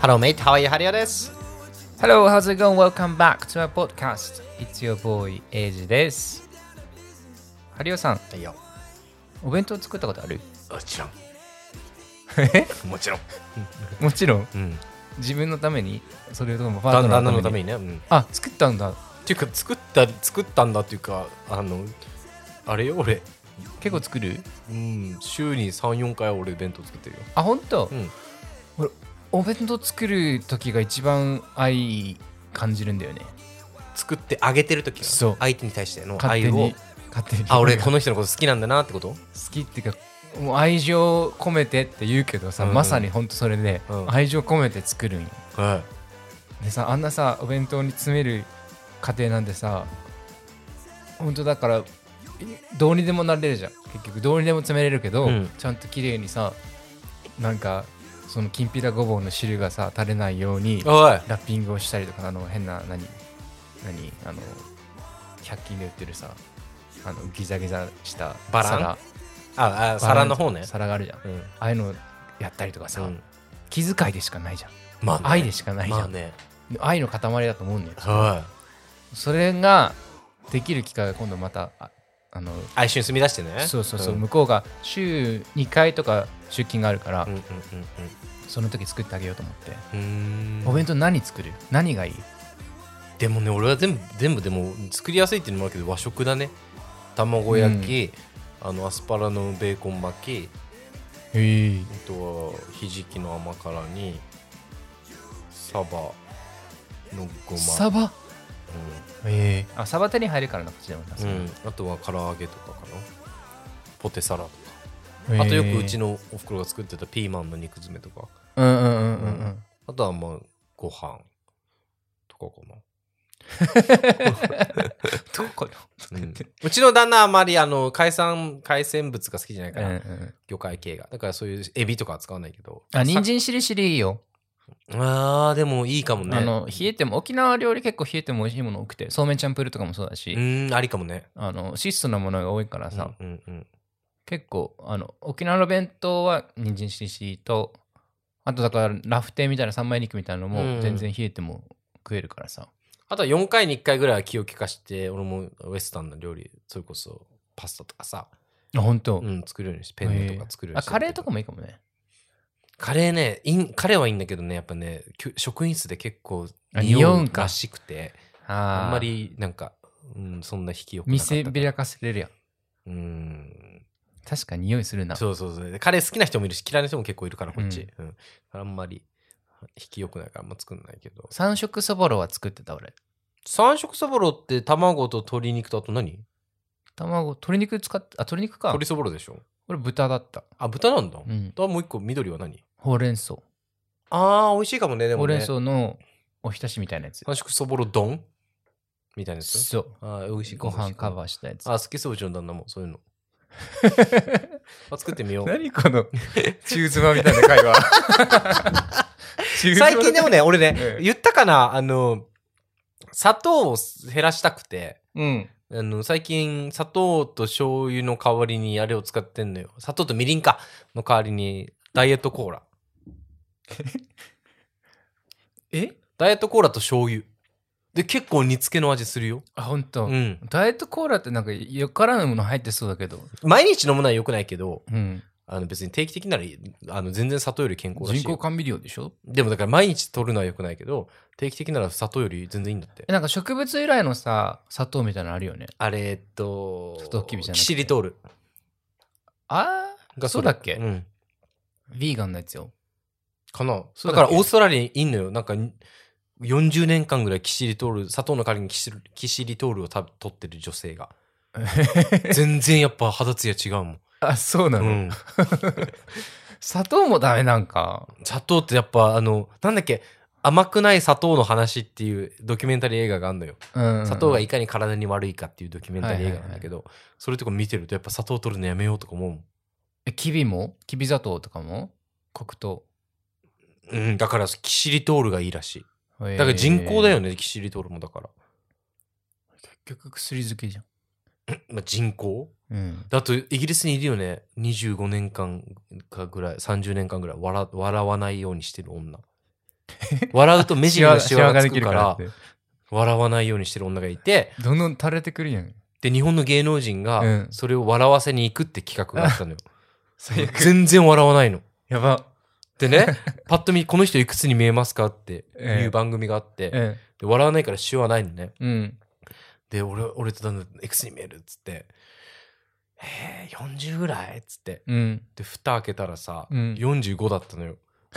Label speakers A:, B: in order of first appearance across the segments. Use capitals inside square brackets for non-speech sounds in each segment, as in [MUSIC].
A: Hello, mate. How are you? ハリオです。
B: Hello, how's it going? Welcome back to our podcast. It's your boy, a g です。ハリオさん、
A: いいよ。
B: お弁当作ったこと
A: [LAUGHS]
B: ある
A: もちろん。
B: え
A: もちろん。
B: もちろん、
A: うん。
B: 自分のために、それともパー
A: 旦
B: トナー
A: 旦那
B: の
A: の
B: た
A: た
B: めに。
A: めにね。うん。っ
B: あ、作ったんだ。
A: ていうか、作った、作ったんだっていうか、あの、あれよ、俺、
B: 結構作る
A: うん、週に3、4回は俺弁当作ってるよ。
B: あ、本当、
A: うん。
B: お弁当作る時が一番愛感じるんだよね。
A: 作ってあげてる時が
B: そう
A: 相手に対しての
B: 勝
A: 愛
B: 手
A: を
B: に。。勝手に。
A: あ、俺、こ
B: 好
A: の人のこと好きなんだなってこと
B: きっていうか、もう愛情込めてって言うけどさ、
A: うん
B: まさに本当それで、
A: うん
B: 愛情込めて作るんよ。
A: は
B: でさあんなさお弁当に詰める過程なんでさ本当だからいどうにでもなれるじゃん結局どうにでも詰めれるけど、
A: うん
B: ちゃんと綺麗にさなんかそのきんぴらごぼうの汁がさ垂れないように
A: い。おい。
B: ラッピングをしたりとかあの変な何何あの100均で売ってるさあのギザギザした
A: バラン
B: 皿バ
A: あ、あ
B: ラ
A: 皿の方ね。
B: 皿があるじゃんあ
A: うん。
B: あいうのやったりとかさ、
A: うん
B: 気遣いでしかないじゃん
A: まあね
B: 愛でしかないじゃん、
A: まあね。
B: 愛の塊だと思うんだよ
A: はい。
B: それができる機会が今度またああの
A: あ、一緒に住み出してね。
B: そうそうそう、
A: ん
B: 向こうが週2回とか出勤があるから、
A: うんうん
B: その時作ってあげようと思って、
A: うんうん。うーん
B: お弁当何作る何がいい
A: でもね俺は全部全部でも作りやすいっていうのもあるけど和食だね卵焼き、あのアスパラのベーコン巻き
B: へえ
A: あとはひじきの甘辛にサバのごま
B: サバ
A: え
B: あサバ手に入るからなこっちでもな、
A: う
B: そ
A: ん、
B: れ
A: うんあとは唐揚げとかかなポテサラとか、
B: へー
A: あとよくうちのおふくろが作ってたピーマンの肉詰めとか
B: うんうんうんうんうん
A: あとはまあご飯とかかな
B: どこよ
A: うんうちの旦那はあまりあの海産海鮮物が好きじゃないか
B: うんう
A: ら、
B: ん
A: 魚介系がだからそういうエビとかは使わないけど
B: あ人参しりしりいいよ、
A: あーでもいいかもね
B: あの冷えても沖縄料理結構冷えても美味しいもの多くてそうめんチャンプルーとかもそうだし、
A: うーんありかもね
B: あの質素なものが多いからさ、
A: うんうんうん
B: 結構あの沖縄の弁当は人参しりしりとあとだからラフテーみたいな三枚肉みたいなの
A: うん
B: も全然冷えても食えるからさ、
A: あとは4回に1回ぐらいは気を利かして俺もウエスタンの料理それこそパスタとかさ、
B: あ本当、
A: うん、作るようにしてペンネとか作るよう
B: あ
A: にして
B: カレーとかもいいかもね
A: カレーねいんカレーはいいんだけどねやっぱねきゅ職員室で結構
B: あ
A: 匂
B: 匂
A: う
B: うんから
A: しくて
B: あ
A: あ
B: ー
A: んまりなんか、うん、そんな引きよくな
B: 見
A: かったから
B: せびらかせれるや
A: う
B: ん
A: ん
B: 確かに匂いするな
A: そうそうそう。でカレー好きな人もいるし、嫌いな人も結構いるから、こっち。うん。だからあんまり、引き良くないから、あんま作んないけど。
B: 三色そぼろは作ってた俺
A: 三色そぼろって卵と鶏肉とあと何
B: 卵鶏肉使ってあ鶏肉か
A: 鶏そぼろでしょ
B: 俺豚だった
A: あ、豚なんだ。
B: うん
A: ともう一個緑は何
B: ほうれん草、
A: あー、美味しいかもね、で
B: ほ
A: も
B: うれん
A: ね。
B: 草のおひたしみたいなやつ
A: 三色そぼろ丼みたいなやつ。
B: そう
A: あー、美味しいか
B: ご
A: も
B: 飯カ
A: ー。
B: バーしたやつ
A: あ、好きそう、うちの旦那も、 [LAUGHS] そういうの。あ作ってみよう。
B: 何この中妻みたいな [LAUGHS] 会話
A: 最近でもね、俺ね [LAUGHS]
B: え、え
A: 言ったかな、あの、砂糖を減らしたくて。
B: うん
A: あの、最近、砂糖と醤油の代わりにあれを使ってんのよ。砂糖とみりんかの代わりに、ダイエットコーラ。
B: え
A: ダイエットコーラと醤油。で、結構煮付けの味するよ。
B: あ本当、
A: うん。
B: ダイエットコーラってなんかよからぬもの入ってそうだけど、
A: 毎日飲むのは良くないけど、
B: うん、
A: あの別に定期的ならいい、あの全然砂糖より健康らし
B: 人
A: いよ
B: 工甘味料でしょ
A: でもだから毎日取るのは良くないけど、定期的なら砂糖より全然いいんだって。
B: えなんか植物由来のさ砂糖みたいなのあるよね
A: あれ、えっと、
B: 砂糖きびじゃなくて
A: キシリトール
B: あ
A: がれ
B: そうだっけ
A: うん。
B: ーヴィーガンのやつよ
A: かな。
B: そ
A: だ
B: う
A: か
B: だ
A: ら
B: っけ
A: オーストラリアにいんのよ。なんかに40年間ぐらいキシリトール、砂糖の代わりにキシリキシリトールをた取ってる女性
B: [LAUGHS]
A: が。全然やっぱ肌ツヤ違うもん。
B: あそうな
A: う
B: の、
A: ん、
B: 砂糖もダメなんか
A: 砂糖ってやっぱあの、なんだっけ、甘くない砂糖の話っていうドキュメンタリー映画があるのよ。
B: うん
A: 砂糖が
B: い
A: いかに体に悪いかっていうドキュメンタリー映画なんだけど、それとか見てるとやっぱ砂糖取るのやめようとか思うもん。
B: えきびもきび砂糖とかも黒糖
A: うん、だからキシリトールがいいらしい。
B: だ
A: だから人工だよね、キシリトールもだから。
B: 結局薬漬けじゃん
A: まあ、人工
B: うん
A: だとイギリスにいるよね25年間かぐらい30年間ぐらい笑笑わないようにしてる女
B: [LAUGHS]
A: 笑うと目尻のシワがつくから
B: シワができるか
A: 笑わないようにしてる女がいて
B: らってどんどん垂れてくるやん
A: で日本の芸能人
B: う
A: が
B: ん
A: それを笑わせに行くって企画があったの
B: [LAUGHS]
A: よ
B: 最
A: [LAUGHS]
B: 悪
A: 全然笑わないの
B: やば
A: で
B: [LAUGHS]
A: ねパッと見この人いくつに見えますかって
B: え
A: い
B: え
A: う番組があって、
B: え
A: で笑わないからシワないのね
B: えうん
A: で俺俺と旦那 X に見えるっつって「えー、40ぐらい?」っつって
B: うん
A: で蓋開けたらさ、
B: うん
A: 45だったのよ [LAUGHS]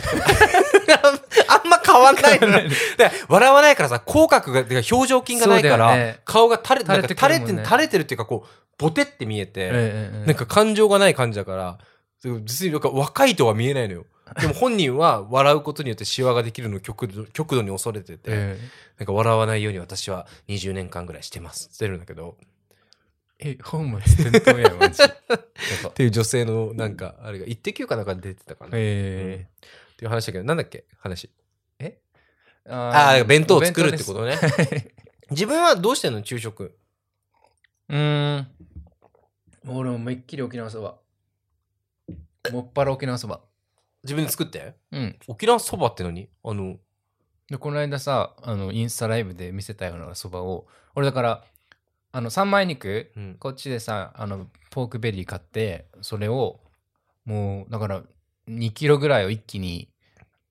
A: あんま変わんないのね
B: [LAUGHS]
A: で笑わないからさ口角がてか表情筋がないか
B: そうだ
A: ら、
B: よね
A: 顔が垂れなんか垂
B: 垂
A: れ
B: れ
A: て
B: てくるもんね
A: 垂れてるっていうかこうボテって見えて、
B: ええええ
A: なんか感情がない感じだから別になんか若いとは見えないのよでも本人は笑うことによってシワができるのを極度極度に恐れてて、
B: え
A: なんか笑わないように私は20年間ぐらいしてますって言ってるんだけど
B: ええ本末転倒やん
A: [LAUGHS]
B: マジでやば
A: っていう女性のなんかあれが「イッテ Q!」かなんかに出てたかな、うんっ
B: え
A: ていう話だけどなんだっけ話
B: えあ
A: ああ弁当を作るってことね
B: とね
A: [LAUGHS] 自分はどうしてんの昼食
B: うーん。俺もめっきり沖縄そば。もっぱら沖縄そば。
A: 自分で作って
B: うん。
A: 沖縄そばって何あの
B: で、この間さ、あの、インスタライブで見せたようなそばを、俺だから、あの、三枚肉、
A: うん
B: こっちでさ、あの、ポークベリー買って、それを、もう、だから、2キロぐらいを一気に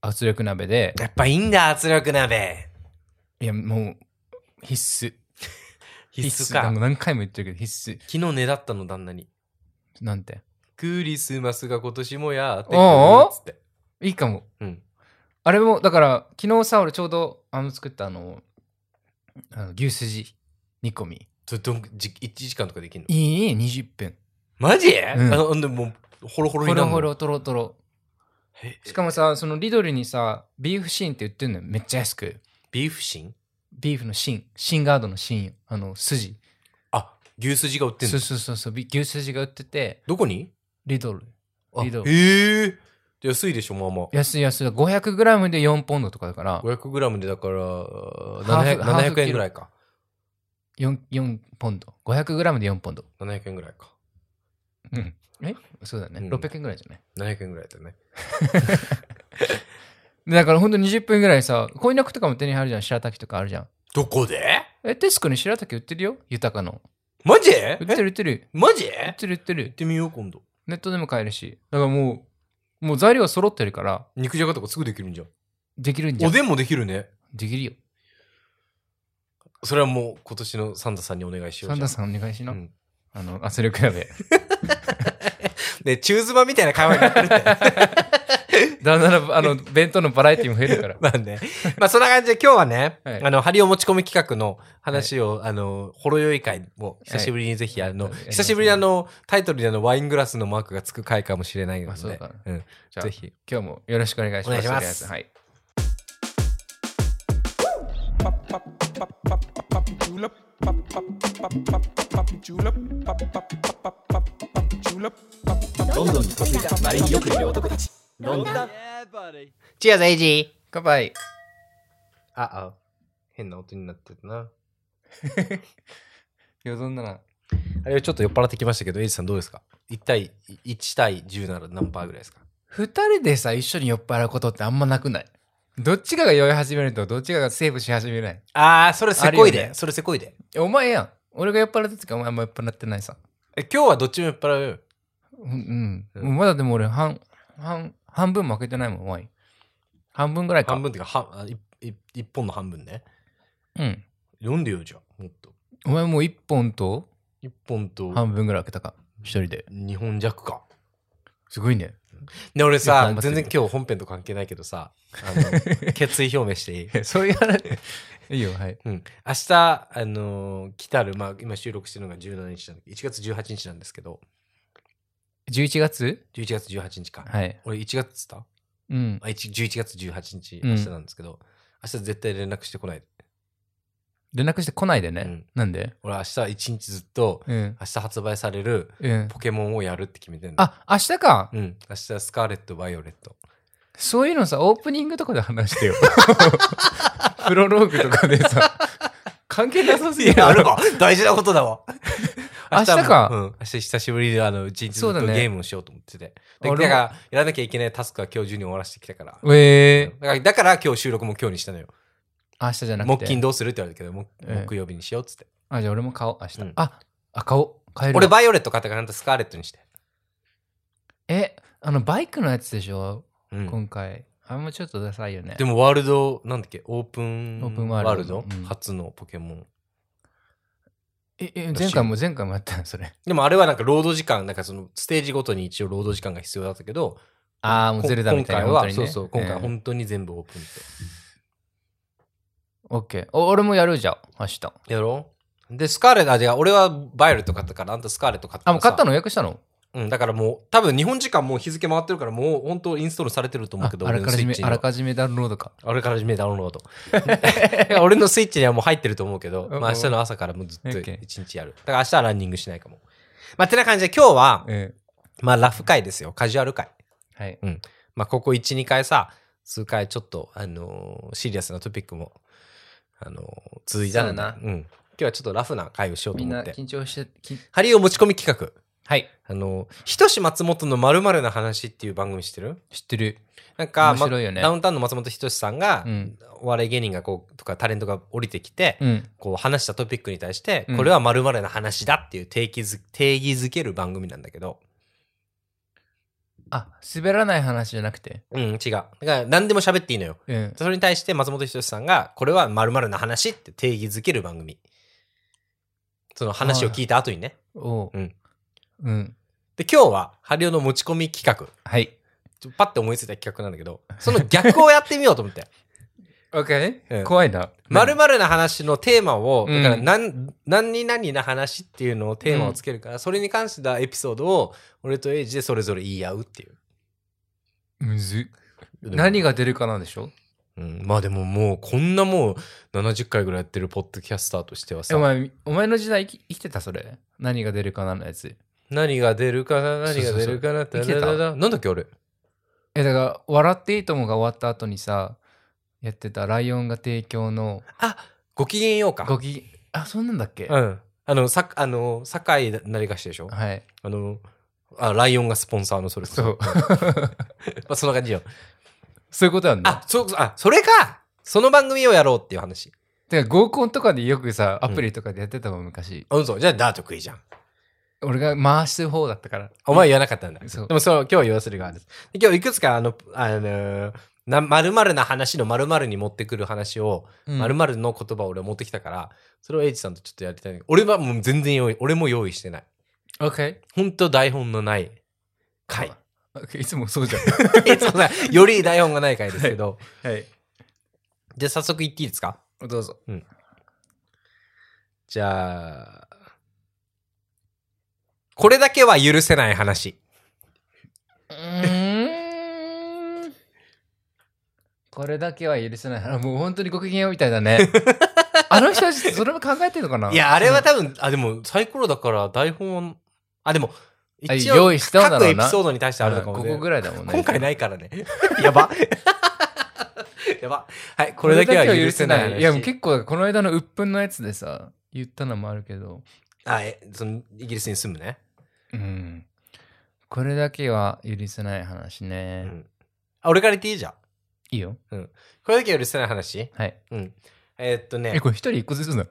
B: 圧力鍋で、
A: やっぱいいんだ圧力鍋
B: いや、もう、必須。
A: 必須か
B: もう何回も言ってるけど、必須。
A: 昨日ねだったの旦那に
B: なんて。
A: クリスマスが今年もやってくる
B: おう
A: っつって
B: いいかも。
A: うん
B: あれも、だから、昨日さ、俺ちょうど、あの、作ったあの、あの牛すじ煮込み。
A: それどんじ1時間とかできんの
B: いい ?20 分。
A: マジ、
B: ん
A: あのでもうホロホロ
B: ほ
A: にな
B: ろ
A: る
B: ほろ、とろとろ。しかもさ、そのリドルにさ、ビーフシーンって売ってんのよ。めっちゃ安く。
A: ビーフシン
B: ビーフのシーン、シンガードのシーン、あの、筋。
A: あ牛すじが売ってん
B: そ
A: の
B: うそうそうそう、び牛すじが売ってて、
A: どこに
B: リドル。
A: あ
B: リドル
A: へえで安いでしょまあまあ
B: 安い安い。500g で4ポンドとかだから、
A: 500g でだから
B: ハー
A: 700,
B: フハーフキロ
A: 700円ぐらいか
B: 4, 4ポンド。500g で4ポンド。
A: 700円ぐらいか
B: うん。えそうだね。
A: うん
B: 600円ぐらいじゃない
A: 700円ぐらいだね
B: でだからほんと20分ぐらいさ、こんにゃくとかも手に入るじゃん、白滝とかあるじゃん。
A: どこで
B: え、テスコに白滝売ってるよ、豊かの。
A: マジ
B: 売ってる売ってる。
A: マジ
B: 売
A: 行
B: っ、てる売ってる
A: っ。てみよう今度
B: ネットでも買えるし。だからもう、もう材料は揃ってるから、
A: 肉じゃがとかすぐできるんじゃん
B: できるんじゃ
A: お
B: ん。
A: でんもできるね
B: できるよ。
A: それはもう今年のサンタさんにお願いしよう
B: サンダ
A: さ
B: さんお願いしな。
A: うん
B: あの、圧力鍋。 [LAUGHS]
A: で中妻みたいな会話になってる
B: [LAUGHS] だんだん、あの、弁当のバラエティも増えるから。
A: まあね。まあそんな感じで今日はね、
B: はい
A: あの、ハリオ持ち込み企画の話を、あの、ほろ酔い会を久しぶりにぜひ、あの
B: やりま、すね
A: 久しぶりにあの、タイトルにあの、ワイングラスのマークがつく回かもしれないの
B: あそう
A: で
B: か、
A: うん、
B: じゃあ
A: ぜ、ひ。
B: 今日もよろしくお願いします。
A: お願いします
B: とりあえずはい。
C: ロンドンに飛び出たマリンよくいる男たちロンドン
A: チアズエイジ
B: 乾杯。
A: ーあ、あ、変な音になってたな。
B: よどんだな。
A: あれはちょっと酔っ払ってきましたけど、エイジさんどうですか ?1 対、1対10なら何パーぐらいですか
B: 二人でさ、一緒に酔っ払うことってあんまなくないどっちかが酔い始めると、どっちかがセーブし始めない。
A: ああ、それせこい
B: ある
A: で、
B: よね
A: それせこいで。
B: えお前やん。俺が酔っ払った時はお前も酔っ払ってないさ。
A: え今日はどっちも酔っ払うよ。
B: うん。
A: う
B: うんん、もうまだでも俺半、半、半分負けてないもん、ワイン。半分ぐらいか。
A: 半分っていうか、はあいい一本の半分ね。
B: うん。
A: 読んでよ、じゃあ、もっと。
B: お前もう一本と
A: 一本と
B: 半分ぐらい開けたか。一人で。
A: 2本弱か。
B: すごいね。
A: で、俺
B: いや
A: さ
B: 頑張、って
A: 全然今日本編と関係ないけどさ、あの [LAUGHS] 決意表明していい [LAUGHS]
B: そういう話。いいよ、はい。
A: うん、明日、あのー来たる、まあ、今収録してるのが17日なんだけど、1月18日なんですけど、
B: 11月
A: 11月18日か。
B: はい。
A: 俺1月っつった
B: うん。
A: あ一 ?11 月18日、
B: うん
A: 明日なんですけど、明日絶対連絡してこないで。
B: 連絡してこないでね。
A: うん
B: なんで
A: 俺明日1日ずっと、
B: うん。
A: 明日発売される
B: うん。
A: ポケモンをやるって決めてんの。
B: あ、明日か。
A: うん。明日スカーレット、バイオレット。
B: そういうのさ、オープニングとかで話してよ。 [LAUGHS] プロローグとかで
A: [LAUGHS]
B: さ、関係なさすぎ
A: いや、あるか。大事な [LAUGHS] ことだわ。
B: 明日か
A: うん。明日久しぶりで、あの、一日ずっ
B: そうだ
A: と
B: ね
A: ゲームをしようと思ってて。でだ
B: 俺も
A: から、やらなきゃいけないタスクは今日中に終わらせてきたから。
B: えー、
A: だから、だから今日収録も今日にしたのよ。
B: 明日じゃなく
A: 木
B: て。
A: 金どうするって言われたけど、木
B: ええ
A: 木曜日にしようっつって。
B: あ、じゃあ俺も買おう、明日。
A: うん
B: あ、あ、買おう。買える。
A: 俺、バイオレット買ったから、なんとスカーレットにして。
B: え、あの、バイクのやつでしょ、
A: うん
B: 今回。あれもちょっとダサいよね。
A: でも、ワールド、なんだっけ、オープン
B: オープン
A: ワー
B: ワー
A: ル
B: ルド
A: ド
B: うん
A: 初のポケモン。
B: ええ前回も前回もやったの、それ。
A: でも、あれはなんか、ロード時間、なんかその、ステージごとに一応ロード時間が必要だったけど、
B: ああ、もう
A: こ
B: ずれたみたいな。
A: 今回は、
B: 本当
A: そ
B: に
A: う
B: ね
A: そう、今
B: え
A: 回
B: ー
A: 本当に全部オープンっ
B: オッケー。お俺もやるじゃん、明日。
A: て。やろうで、スカーレット、あ、違う、俺はバイオレット買ったから、あんたスカーレット買ったか
B: あ、
A: ら
B: もう買った
A: の
B: の予約したの
A: うん、だからもう、多分日本時間もう日付回ってるから、もう本当インストールされてると思う
B: あ
A: けど、
B: あらかじ
A: 俺
B: め
A: のスイッ、チに
B: あ
A: は
B: らかじめダウンロードか。
A: あれから始めダウンロード。[LAUGHS]
B: [LAUGHS]
A: 俺のスイッチにはもう入ってると思うけど、
B: うん
A: まあ明日の朝からもうずっと
B: OK
A: 一日やる。だから明日はランニングしないかも。まあてな感じで今日は、
B: え
A: まあラフ会ですよ。カジュアル会。
B: えはい。
A: まあここ1、2回さ、数回ちょっと、あのーシリアスなトピックも、あのー続いたので
B: そうだな
A: うん。今日はちょっとラフな会をしようと
B: みん
A: 思
B: な
A: って。
B: 緊張して、き
A: ハリオ持ち込み企画。
B: はい。
A: あのー、ひとし松本の〇〇な話っていう番組知ってる
B: 知ってる。
A: なんか、
B: 面白いよね
A: まダウンタウンの松本人志さんが、
B: うん
A: お笑い芸人がこう、とかタレントが降りてきて、
B: うん。
A: こう話したトピックに対して、
B: うん
A: これは〇〇な話だっていう定義づ定義づける番組なんだけど、
B: あ、滑らない話じゃなくて。
A: うん、違う。だから何でも喋っていいのよ。
B: うん。
A: それに対して松本人志さんが、これは〇〇な話って定義づける番組。その話を聞いた後にね。
B: おう。
A: うん。
B: うん。
A: で、今日は、ハリオの持ち込み企画。
B: はい。
A: ちょパッて思いついた企画なんだけど、その逆をやってみようと思
B: [LAUGHS]
A: って。
B: オッケ
A: ええ
B: ー怖いな。
A: 〇〇な話のテーマを、
B: うん
A: だから何、何々な話っていうのをテーマをつけるから、それに関したエピソードを、俺とエイジでそれぞれ言い合うっていう。
B: むずっ。何が出るかなんでしょ
A: うん、まあでももうこんなもう70回ぐらいやってるポッドキャスターとしては
B: え
A: さ
B: お前、お前の時代生き生きてたそれ。何が出るかなのやつ。
A: 何が出るかな
B: そう
A: 何
B: そうそ
A: が
B: う
A: 出るかなって
B: 生きてた
A: なんだっけ俺
B: え、だから、笑っていいともが終わった後にさ、やってたライオンが提供の
A: あごきげんようか
B: ごき、あ、そんなんだっけ
A: うんあのさあの酒井なりがしでしょ
B: はい。
A: あのあライオンがスポンサーのそれこそ
B: そう。
A: [LAUGHS]
B: [LAUGHS]
A: まあそんな感じよ
B: そういうことなんだ
A: あ。そうあそれかその番組をやろうっていう話
B: てか合コンとかでよくさ、アプリとかでやってたもん、昔。
A: あそうじゃあダート食いじゃん
B: 俺が回す方だったから。
A: お前言わなかったんだ
B: そう
A: でもそう今日は言わせる側ですで今日いくつかあのあのーな〇〇な話の〇〇に持ってくる話を
B: うん
A: まるまるの言葉を俺は持ってきたから、それをエイジさんとちょっとやりたいんだけど。俺はもう全然用意、俺も用意してない。
B: オッケ
A: ほんと台本のない
B: ー
A: 回。。
B: オッケーいつもそうじゃん。 [LAUGHS]
A: いつもさより台本がない回ですけど。
B: はい。
A: じゃあ早速言っていいですか
B: どうぞ。
A: じゃあ、これだけは許せない話。
B: うーん。これだけは許せない。あもう本当にご機嫌ようみたい
A: [LAUGHS]
B: だね。あの人たち、それも考えてるのかない
A: いや、あれは多分、あ、でもサイコロだから台本は、あ、でも、
B: あ
A: 一応
B: 用、意したんだ
A: 各
B: ろ
A: エ
B: う
A: ピ
B: な。
A: ソードに対してあるのかも
B: こ
A: ね
B: こぐらいだもんね。
A: 今回ないからね。やば。 [LAUGHS] やば。はい、これだけは許せない話。
B: いや、もう結構、この間の鬱憤のやつでさ、言ったのもあるけど、
A: あ、え、その、イギリスに住むね。
B: うん。これだけは許せない話ね。
A: うんあ、俺から言っていいじゃん。
B: いいよ。
A: これだけは許せない話
B: はい。
A: うん。えーっとね
B: え、、これ一人一個ずつな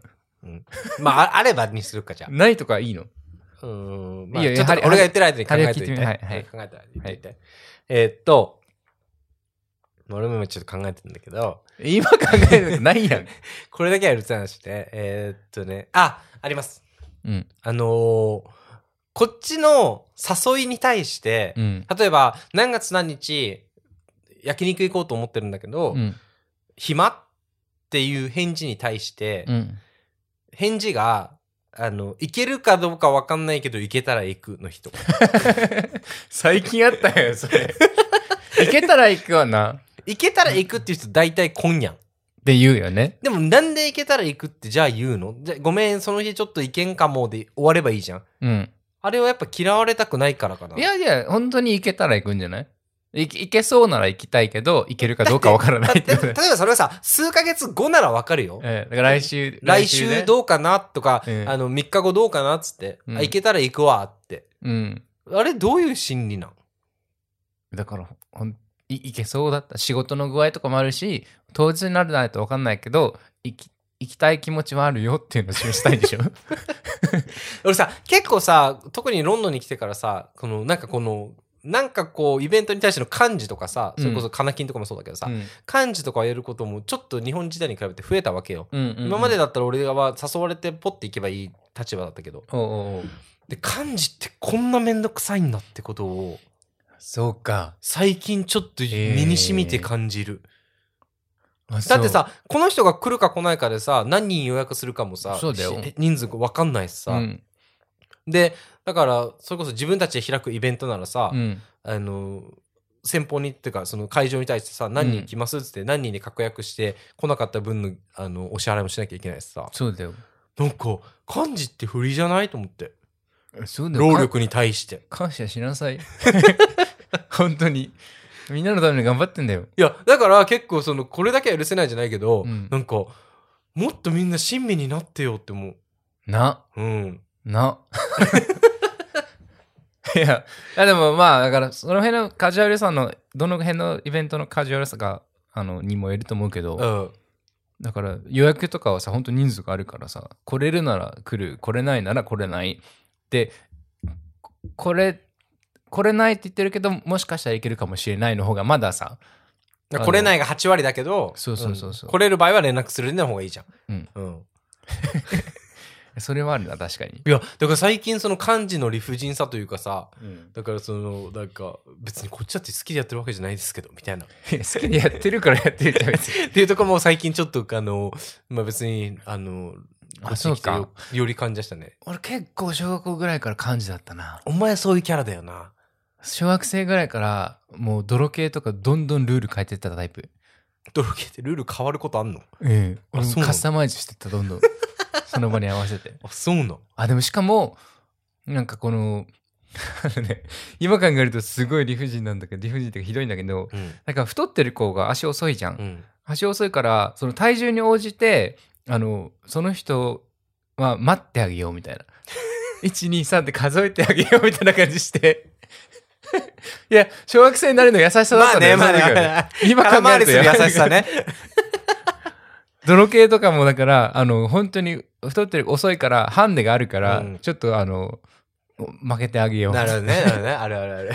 B: の
A: まあ、ああればにするかじゃあ。
B: ないとかいいの
A: うーん。まあ、
B: いいよ
A: ちょっと
B: はり
A: 俺が言ってる間に考えておいて。
B: はりは聞いてみはいはい
A: 考えたら言っておいて。えーっと、俺も今ちょっと考えてるんだけど、
B: 今考えるのないやん。
A: これだけは許せない話で、えーっとね、あ、あります。
B: うん。
A: あのーこっちの誘いに対して
B: う、ん。
A: 例えば、何月何日、焼肉行こうと思ってるんだけど、
B: うん。
A: 暇っていう返事に対して、
B: うん。
A: 返事が、あの、行けるかどうかわかんないけど、行けたら行くの人。
B: 最近あったよ、それ。 [LAUGHS] 行けたら行くわな。っ
A: 行けたら行くっていう人、大体今夜。
B: て言うよね。
A: でも、なんで行けたら行くって、じゃあ言うのじゃあごめん、その日ちょっと行けんかもで終わればいいじゃん。
B: うん。
A: あれはやっぱ嫌われたくないからかな。
B: い、やいや、本当に行けたら行くんじゃない行け行けそうなら行きたいけど、行けるかどうかわか
A: [LAUGHS]
B: らないって
A: 例え
B: こと
A: ば
B: ね。
A: それはさ、数ヶ月後ならわかるよ。
B: [LAUGHS] ええだから来週、
A: 来
B: ね
A: 週どうかなとか、
B: うん
A: あの、3日後どうかなっつって、
B: うん
A: あ行けたら行くわって。
B: うん。
A: あれ、どういう心理なん
B: だからほんいいけそうだった仕事の具合とかもあるし当日になるないと分かんないけど行き行きたい気持ちはあるよっていうのを示したいで [LAUGHS] しょ
A: 俺さ、結構さ、特にロンドンに来てからさ、この、なんかこの、なんかこう、イベントに対しての幹事とかさ、それこそ金金とかもそうだけどさ、
B: うん
A: 幹事とかやることもちょっと日本時代に比べて増えたわけよ。
B: うんうん
A: 今までだったら俺は誘われてポッて行けばいい立場だったけど。
B: おうおうおう
A: で、幹事ってこんなめんどくさいんだってことを、
B: そうか
A: 最近ちょっと身に染みて感じる。
B: だ
A: だってさ、この人が来るか来ないかでさ、何人予約するかもさ、
B: そうだよ
A: し人数わかんないしさ。
B: うん
A: で、だから、それこそ自分たちで開くイベントならさ、
B: うん
A: あの、先方にっていうか、その会場に対してさ、何人来ますっつって、何人で確約して、来なかった分の、あの、お支払いもしなきゃいけないしさ。
B: そうだよ
A: なんか、漢字って不利じゃないと思って。
B: そうだよ
A: 労力に対して。
B: 感謝しなさい [LAUGHS] 本当にみんなのために頑張ってんだよ
A: いや、だから結構その、これだけは許せないじゃないけど、
B: うん
A: なんか、もっとみんな親身になってよって思う。
B: な
A: うん。
B: な [LAUGHS] いやいやでもまあだからその辺のカジュアルさのどの辺のイベントのカジュアルさがあのにもよると思うけど、
A: うん。
B: だから予約とかはさ本当人数があるからさ来れるなら来る来れないなら来れないでここれ来れないって言ってるけどもしかしたらいけるかもしれないの方がまださあの
A: 来れないが8割だけど、
B: そうそうそうそうん
A: 来れる場合は連絡するの方がいいじゃん。
B: うん
A: うん。
B: それはあるな確かに、
A: いや、だから最近その漢字の理不尽さというかさ、だからその、なんか、別にこっちだって好きでやってるわけじゃないですけど、み [LAUGHS] たいな。っ
B: いや [LAUGHS] 好きでやってるからやってるじゃん別 [LAUGHS] に
A: ていうとこも最近ちょっと、あの、まあ別に、あの、
B: あ
A: こっちに来て
B: そう
A: よより感じましたね。
B: 俺結構小学校ぐらいから漢字だったな
A: お前そういうキャラだよな。
B: 小学生ぐらいからもう泥系とかどんどんルール変えてったタイプ
A: ドロケってルール変わることあんの
B: うん俺
A: あ
B: も
A: そうなの
B: カスタマイズしてったどん [LAUGHS] どんその場に合わせて
A: あ、そうなの。
B: あ、でもしかも、なんかこの、 [LAUGHS] あのね、今考えるとすごい理不尽なんだけど、理不尽っていうかひどいんだけど、
A: うん。
B: なんか太ってる子が足遅いじゃん。
A: うん。
B: 足遅いから、その体重に応じて、あの、その人は待ってあげようみたい
A: [LAUGHS]
B: な。1、2、3って数えてあげようみたいな感じして。いや、小学生になるの優しさだったよ
A: まあね
B: その時は
A: まあね
B: 今
A: 空
B: 考え
A: 回り
B: ると
A: する優しさね。
B: 泥系とかもだからあの本当に太ってる遅いからハンデがあるから、
A: うん
B: ちょっとあの負けてあげよう
A: なるほどね。なるほどね。あるあるある。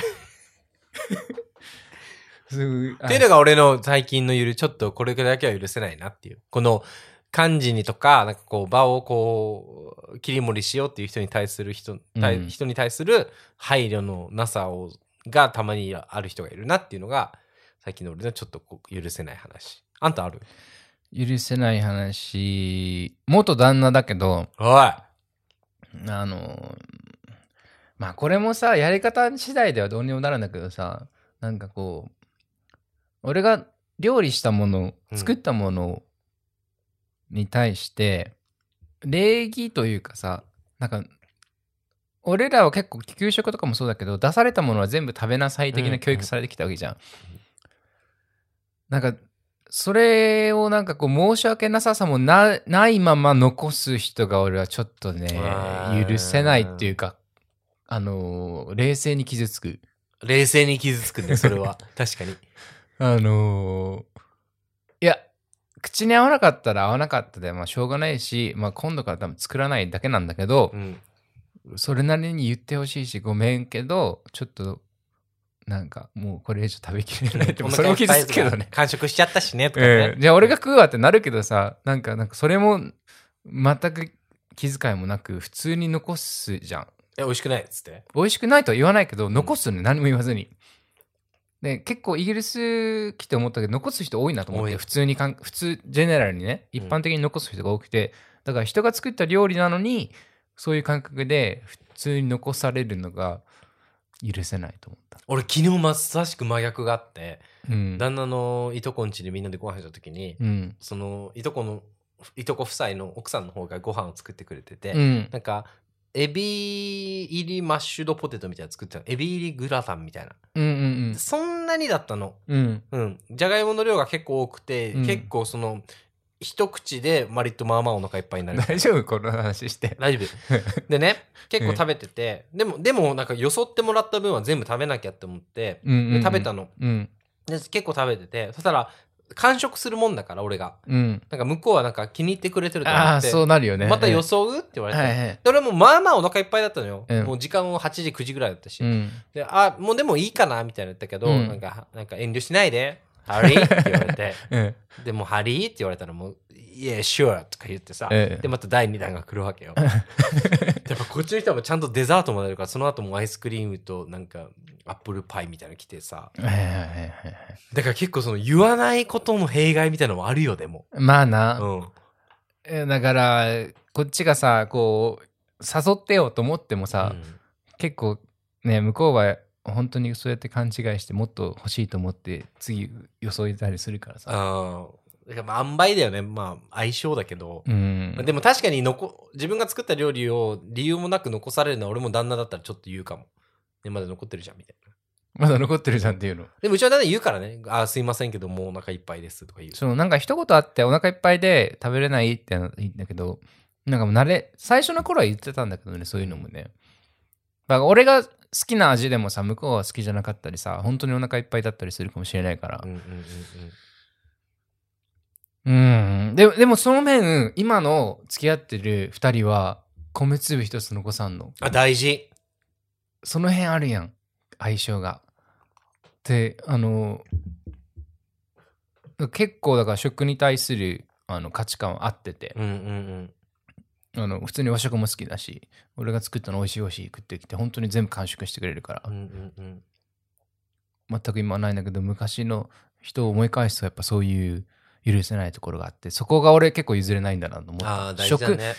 B: す
A: っていうのが俺の最近のゆる、ちょっとこれだけは許せないなっていう。この漢字にとか、なんかこう場をこう、切り盛りしようっていう人に対する人、対
B: うん
A: 人に対する配慮のなさを、がたまにある人がいるなっていうのが、最近の俺のちょっとこう許せない話。あんたある
B: 許せない話元旦那だけど
A: おい
B: あのまあこれもさやり方次第ではどうにもならんだけどさなんかこう俺が料理したもの
A: うん
B: 作ったものに対して、礼儀というかさなんか俺らは結構給食とかもそうだけど出されたものは全部食べなさい的な教育されてきたわけじゃん。なんかそれをなんかこう申し訳なささもなないまま残す人が俺はちょっとね
A: あー
B: 許せないっていうかあのー冷静に傷つく
A: 冷静に傷つくね、それは。 [LAUGHS] 確かに。
B: あのーいや口に合わなかったら合わなかったでまあしょうがないし、まあ、今度から多分作らないだけなんだけど
A: うん。
B: それなりに言ってほしいしごめんけどちょっとなんかもうこれ以上食べきれないって
A: お腹
B: それも
A: いっぱ
B: 傷
A: い
B: つくけどね
A: 完食しちゃったしね、とか
B: え
A: ね。
B: えじゃあ俺が食うわってなるけどさなんかなんかそれも全く気遣いもなく普通に残すじゃん
A: え、美味しくないっつって。
B: 美味しくないとは言わないけど残すのね何も言わずにで結構イギリス来て思ったけど残す人多いなと思っ
A: 多
B: て
A: い
B: 普通にかん普通ジェネラルにね一般的に残す人が多くて、だから人が作った料理なのにそういう感覚で普通に残されるのが許せないと思った、
A: 俺昨日まさしく真逆があって、
B: うん
A: 旦那のいとこん家でみんなでご飯した時に、
B: うん
A: そのいとこのいとこ夫妻の奥さんの方がご飯を作ってくれてて、
B: うん
A: なんかエビ入りマッシュドポテトみたいなの作ってたのエビ入りグラタンみたいな、
B: うんうん
A: そんなにだったの
B: うん
A: うんじゃがいもの量が結構多くて、
B: うん
A: 結構その一口で割とまあまあお腹いっ [LAUGHS] ぱいになる。
B: 大丈夫この話して。 [LAUGHS]
A: 大丈夫。でね、結構食べてて、でも、でもなんかよそってもらった分は全部食べなきゃって思って、
B: うんうんう
A: で
B: ん
A: 食べたの。
B: うん。
A: で結構食べてて、そしたら、完食するもんだから、俺が。
B: うん。
A: なんか向こうはなんか気に入ってくれてると思
B: ああ、
A: って、
B: そうなるよね。
A: またよそうって言わ
B: う
A: れ
B: ん。
A: て、
B: はいはい。
A: で俺もまあまあお腹いっぱいだったのよ。
B: うん
A: もう時間も8時、9時ぐらいだったし。
B: うん。
A: であ、もうでもいいかなみたいな言ったけど、
B: うん
A: なんか、なんか遠慮しないで、ハリーって言われて、
B: うん。
A: でもハリーって言われたらもう、いや、sure とか言ってさ、
B: ええ
A: で、また第2弾が来るわ
B: [LAUGHS]
A: けよ。やっぱこっちの人はもうちゃんとデザートも出るから、その後もアイスクリームとなんかアップルパイみたいなの来てさ、
B: はいはいはいはい。
A: だから結構その言わないことの弊害みたいなのもあるよ、でも。
B: まあ
A: う
B: な。
A: ん。
B: えだから、こっちがさ、こう、誘ってよと思ってもさ、結構ね、向こうは本当にそうやって勘違いして、もっと欲しいと思って、次、よそいたりするからさ。
A: あだからまあ、塩梅だよね。まあ、相性だけど。
B: うん
A: まあ。でも確かに残自分が作った料理を理由もなく残されるのは俺も旦那だったらちょっと言うかも。ね、まだ残ってるじゃんみたいな。
B: まだ残ってるじゃんっていうの。
A: でもうちは旦那言うからね。あーすいませんけどもうお腹いっぱいですとか言う。
B: そう、なんか一言あってお腹いっぱいで食べれないってのいいんだけど、なんかもう慣れ、最初の頃は言ってたんだけどね、そういうのもね。だから俺が好きな味でもさ、向こうは好きじゃなかったりさ、本当にお腹いっぱいだったりするかもしれないから
A: うん。うんうんうん。
B: うん。ででもその面、今の付き合ってる二人は、米粒一つ残さんの。
A: あ、大事。
B: その辺あるやん、相性が。で、あの、結構だから食に対するあの価値観は合ってて。
A: うんうんうん。
B: あの普通に和食も好きだし俺が作ったの美味しい美味しい食ってきて本当に全部完食してくれるから、
A: うんうんうん。
B: 全く今はないんだけど昔の人を思い返すとやっぱそういう許せないところがあってそこが俺結構譲れないんだなと思って
A: ああ、大事だね。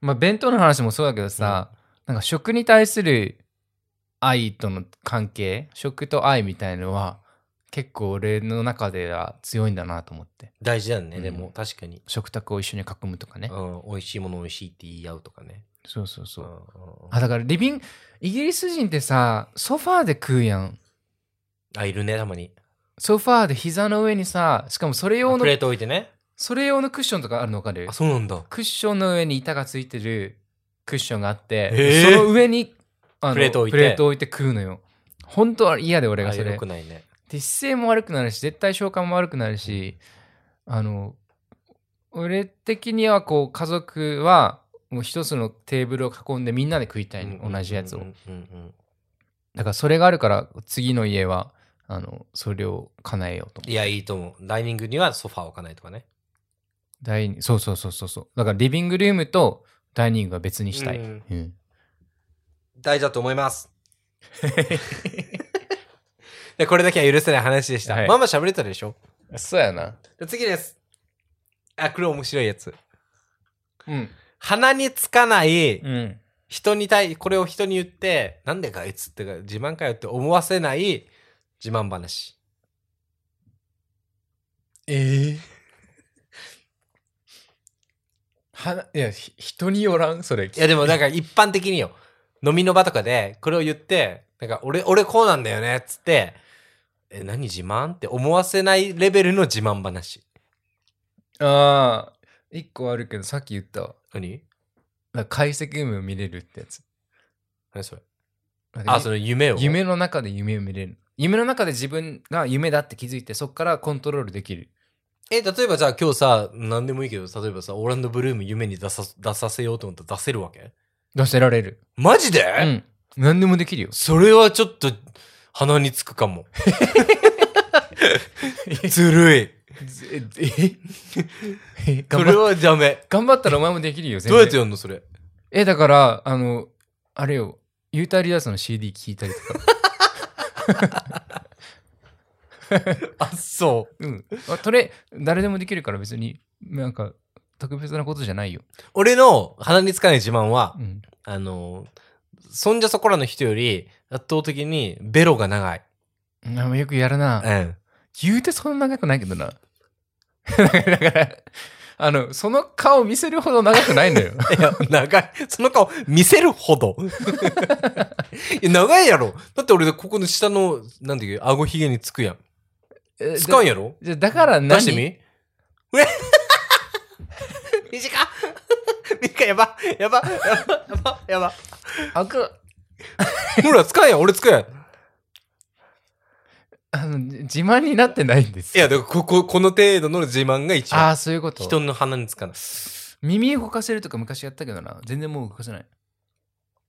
B: まあ弁当の話もそうだけどさ、なんか食に対する愛との関係食と愛みたいのは結構俺の中では強いんだなと思って
A: 大事だね。
B: うん
A: でも確かに。
B: 食卓を一緒に囲むとかね、
A: うん、美味しいもの美味しいって言い合うとかね。
B: そうそうそう、
A: んんうん
B: あだからリビングイギリス人ってさソファーで食うやん
A: あ、いるね、たまに。
B: ソファーで膝の上にさ、しかもそれ用
A: あ
B: の
A: プレ、ート置いてね。
B: それ用のクッションとかあるのわかる
A: あ、そうなんだ。
B: クッションの上に板がついてるクッションがあって、
A: へー
B: その上にあの
A: プレート置いて
B: プレート置いて食うのよ。本当は嫌で
A: あ
B: 俺がそ
A: よ
B: れ
A: く。ないね。
B: で、姿勢も悪くなるし、絶対消化も悪くなるし、あの、俺的にはこう家族はもう一つのテーブルを囲んでみんなで食いたいの、同じやつを
A: う。んうんうん
B: だからそれがあるから次の家は、あの、それを叶えようと思って
A: いや、いいと思う。ダイニングにはソファー置かないとかね。
B: ダイニそうそうそうそうそう。だからリビングルームとダイニングは別にしたい。
A: うん
B: うん
A: 大事だと思い
B: [LAUGHS]
A: ます。でこれだけは許せない話でした。
B: はい
A: まあまあ喋れたでしょ
B: そうやな。
A: で次です。あ、これ面白いやつ。
B: うん。
A: 鼻につかない、
B: うん。
A: 人に対、これを人に言って、なんでかあいつってか自慢かよって思わせない自慢話。
B: ええいや、ひ人によらん、それ。
A: いやでもなんか一般的によ。飲みの場とかでこれを言って、なんか俺、俺こうなんだよねっつって、え、何自慢って思わせないレベルの自慢話。
B: ああ、一個あるけど、さっき言ったわ。
A: 何
B: なんか解析夢を見れるってやつ。
A: 何それ
B: なんか
A: あ、その夢を。
B: 夢の中で夢を見れる。夢の中で自分が夢だって気づいて、そこからコントロールできる。
A: え、例えばじゃあ今日さ、何でもいいけど、例えばさ、オーランドブルーム夢に出さ、出させようと思ったら出せるわけ
B: 出せられる。
A: マジで、
B: うん。何でもできるよ。
A: それはちょっと、鼻につくかも。ずるい。
B: え [LAUGHS]
A: そ
B: 頑
A: れ
B: 張っ
A: はダメ。
B: 頑張ったらお前もできるよ、全
A: どう
B: 然
A: やってやんのそれ。
B: え、だから、あの、あれよ、ユータリアスの CD 聞いたり [LAUGHS] とか。
A: あ、そう。
B: うん。あとれ、誰でもできるから別に、なんか、特別なことじゃないよ。
A: 俺の鼻につかない自慢は
B: う、ん。
A: あの、そんじゃそこらの人より圧倒的にベロが長い。
B: あよくやる
A: う
B: な。
A: ん。
B: 言うてそんな長くないけどな。 [LAUGHS] だからだから、あの、その顔見せるほど長くないの [LAUGHS] よ。
A: いや、長い。その顔見せるほど。いや、長いやろ。だって俺、ここの下の、なんていう、顎ひげにつくやん。つかん
B: よ。
A: やろ [LAUGHS]
B: じゃ、だから
A: 出
B: 何
A: してみ短っ短いやばやばやばやばやば
B: あく
A: ほら使えや俺使えや
B: あのじ自慢になってないんです
A: い
B: よ
A: やだからこここの程度の自慢が一
B: あ
A: 番
B: あそういうこと
A: 人の鼻につかない
B: 耳動かせるとか昔やったけどな全然もう動かせない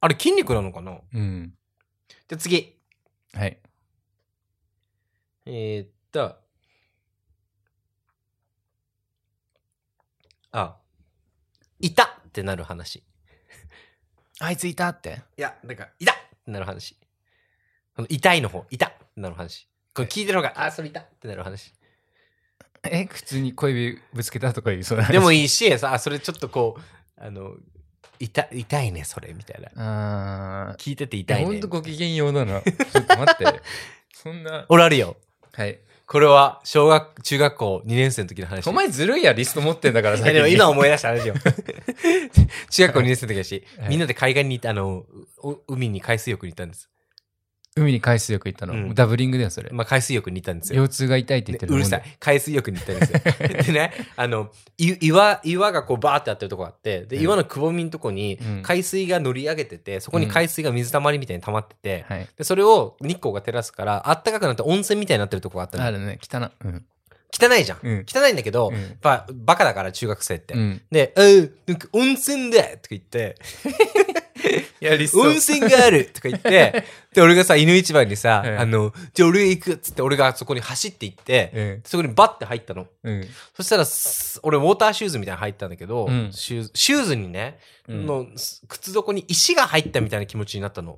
A: あれ筋肉なのかな
B: うん
A: じゃあ次
B: はい
A: えー、っとあいたってなる話い
B: あいついたって
A: やだからいたってなる話この痛いの方いたってなる話これ聞いてる方があそれいたってなる話
B: え普通に小指ぶつけたとか言いそうな
A: でも
B: い
A: いいしさあそれちょっとこうあの痛痛いねそれみたいな
B: [LAUGHS] あ
A: 聞いてて
B: ー
A: 痛い
B: ほん
A: ね
B: とご機嫌ようだなちょっと待って [LAUGHS] そんな
A: 俺あるよ
B: はい
A: これは小学中学校2年生の時の話
B: お前ずるいやリスト持ってんだから
A: い
B: さ
A: やでも今思い出した
B: [LAUGHS]
A: 話よ。中学校2年生の時だし、
B: はい
A: みんなで海岸に行って、あの、う海に海水浴に行ったんです。
B: 海に海水浴行ったの、
A: うん
B: ダブリングだよそれ
A: まあ海水浴に行ったんですよ。
B: 腰痛が痛いって言って
A: で
B: る
A: うるさい。海水浴に行ったんですよ。で
B: [LAUGHS]
A: ね、あの、い岩、岩がこうバーってあってるとこあって、で、
B: うん
A: 岩のくぼみのとこに
B: うん
A: 海水が乗り上げてて、そこに海水が水たまりみたいに溜まってて、
B: はい
A: で、それを日光が照らすから、あったかくなって温泉みたいになってるとこがあった
B: あ
A: の。
B: るね汚なうん
A: 汚いじゃん。
B: うん
A: 汚いんだけど、
B: う
A: やっ
B: ん
A: ぱバカだから中学生って。
B: うん
A: で、うん、なんか温泉だとか言って、
B: いやリスト
A: 温泉があるとか言
B: [LAUGHS]
A: って、で、俺がさ、犬市場にさ、
B: ええ
A: あの、じゃあ俺行くっつって、俺がそこに走って行って、
B: うん
A: そこにバッて入ったの。
B: うん
A: そしたら、す俺、ウォーターシューズみたいなの入ったんだけど、
B: うん
A: シューズ、シューズにね、
B: うん
A: の、す靴底に石が入ったみたいな気持ちになったの。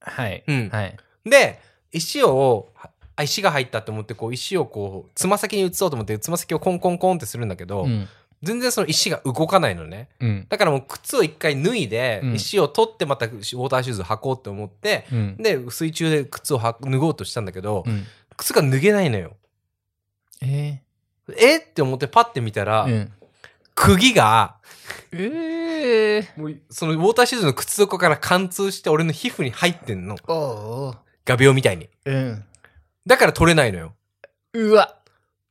B: はい、
A: うん
B: はい
A: で、石を、あ石が入ったと思って、こう、石をこう、つま先に移そうと思って、つま先をコンコンコンってするんだけど、
B: うん
A: 全然その石が動かないのね。
B: うん
A: だからもう靴を一回脱いで、
B: うん
A: 石を取ってまたウォーターシューズ履こうって思って、
B: うん
A: で、水中で靴をは脱ごうとしたんだけど、
B: うん
A: 靴が脱げないのよ。
B: え
A: えって思ってパッて見たら、
B: ーうん
A: 釘が、
B: えー
A: もうそのウォーターシューズの靴底から貫通して俺の皮膚に入ってんの。
B: おう
A: 画鋲みたいに。
B: うん
A: だから取れないのよ。
B: うわ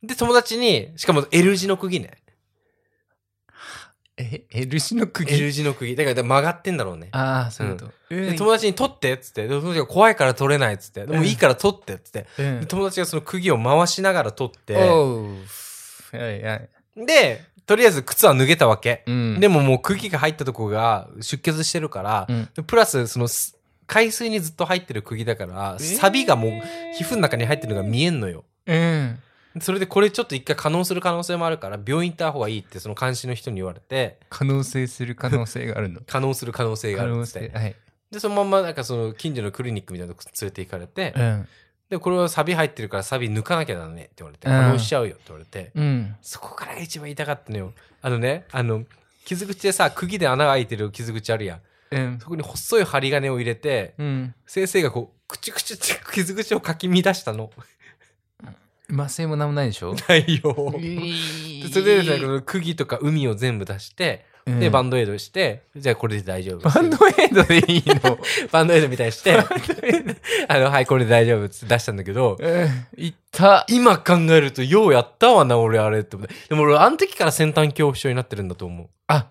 A: で、友達に、しかも L 字の釘ね。
B: え L 字の
A: [LAUGHS]
B: 釘
A: L 字の釘。だから曲がってんだろうね。
B: ああそういうこと、うん
A: で友達に取ってっつって、で友達が怖いから取れないっつって、でもいいから取ってっつって、
B: うん
A: で友達がその釘を回しながら取って、
B: おうはいはい
A: で、とりあえず靴は脱げたわけ。
B: うん
A: でももう空気が入ったとこが出血してるから、
B: うん
A: でプラスそのす海水にずっと入ってる釘だから、サビがもう皮膚の中に入ってるのが見えんのよ。
B: うん
A: それでこれちょっと一回可能する可能性もあるから病院行った方がいいってその監視の人に言われて
B: 可能性する可能性があるの
A: 可能する [LAUGHS] 可能性が
B: 可
A: あるっ
B: 能
A: つって
B: 性はい
A: でそのまんまなんかその近所のクリニックみたいなとこ連れて行かれて、
B: うん
A: でこれはサビ入ってるからサビ抜かなきゃだねって言われて
B: うん
A: 可能しちゃうよって言われて、
B: うん
A: そこからが一番痛かったのよ。あのね、あの、傷口でさ、釘で穴が開いてる傷口あるやん。
B: うん
A: そこに細い針金を入れて、
B: うん
A: 先生がこう、くちゅくちゅって傷口をかき乱したの。
B: 麻酔もなんもないで
A: [LAUGHS]
B: しょ
A: 内容を。でそ
B: そ
A: れでですね、この釘とか海を全部出して、で、バ
B: ン
A: ンドエイドして、じゃあこれで大丈夫。
B: バンドエイドでいいの [LAUGHS]
A: バンドエイドみたいにして、あの、はい、これで大丈夫って出したんだけど、
B: いった
A: 今考えると、ようやったわな、俺あれって思って。でも俺、あの時から先端恐怖症になってるんだと思う。
B: あ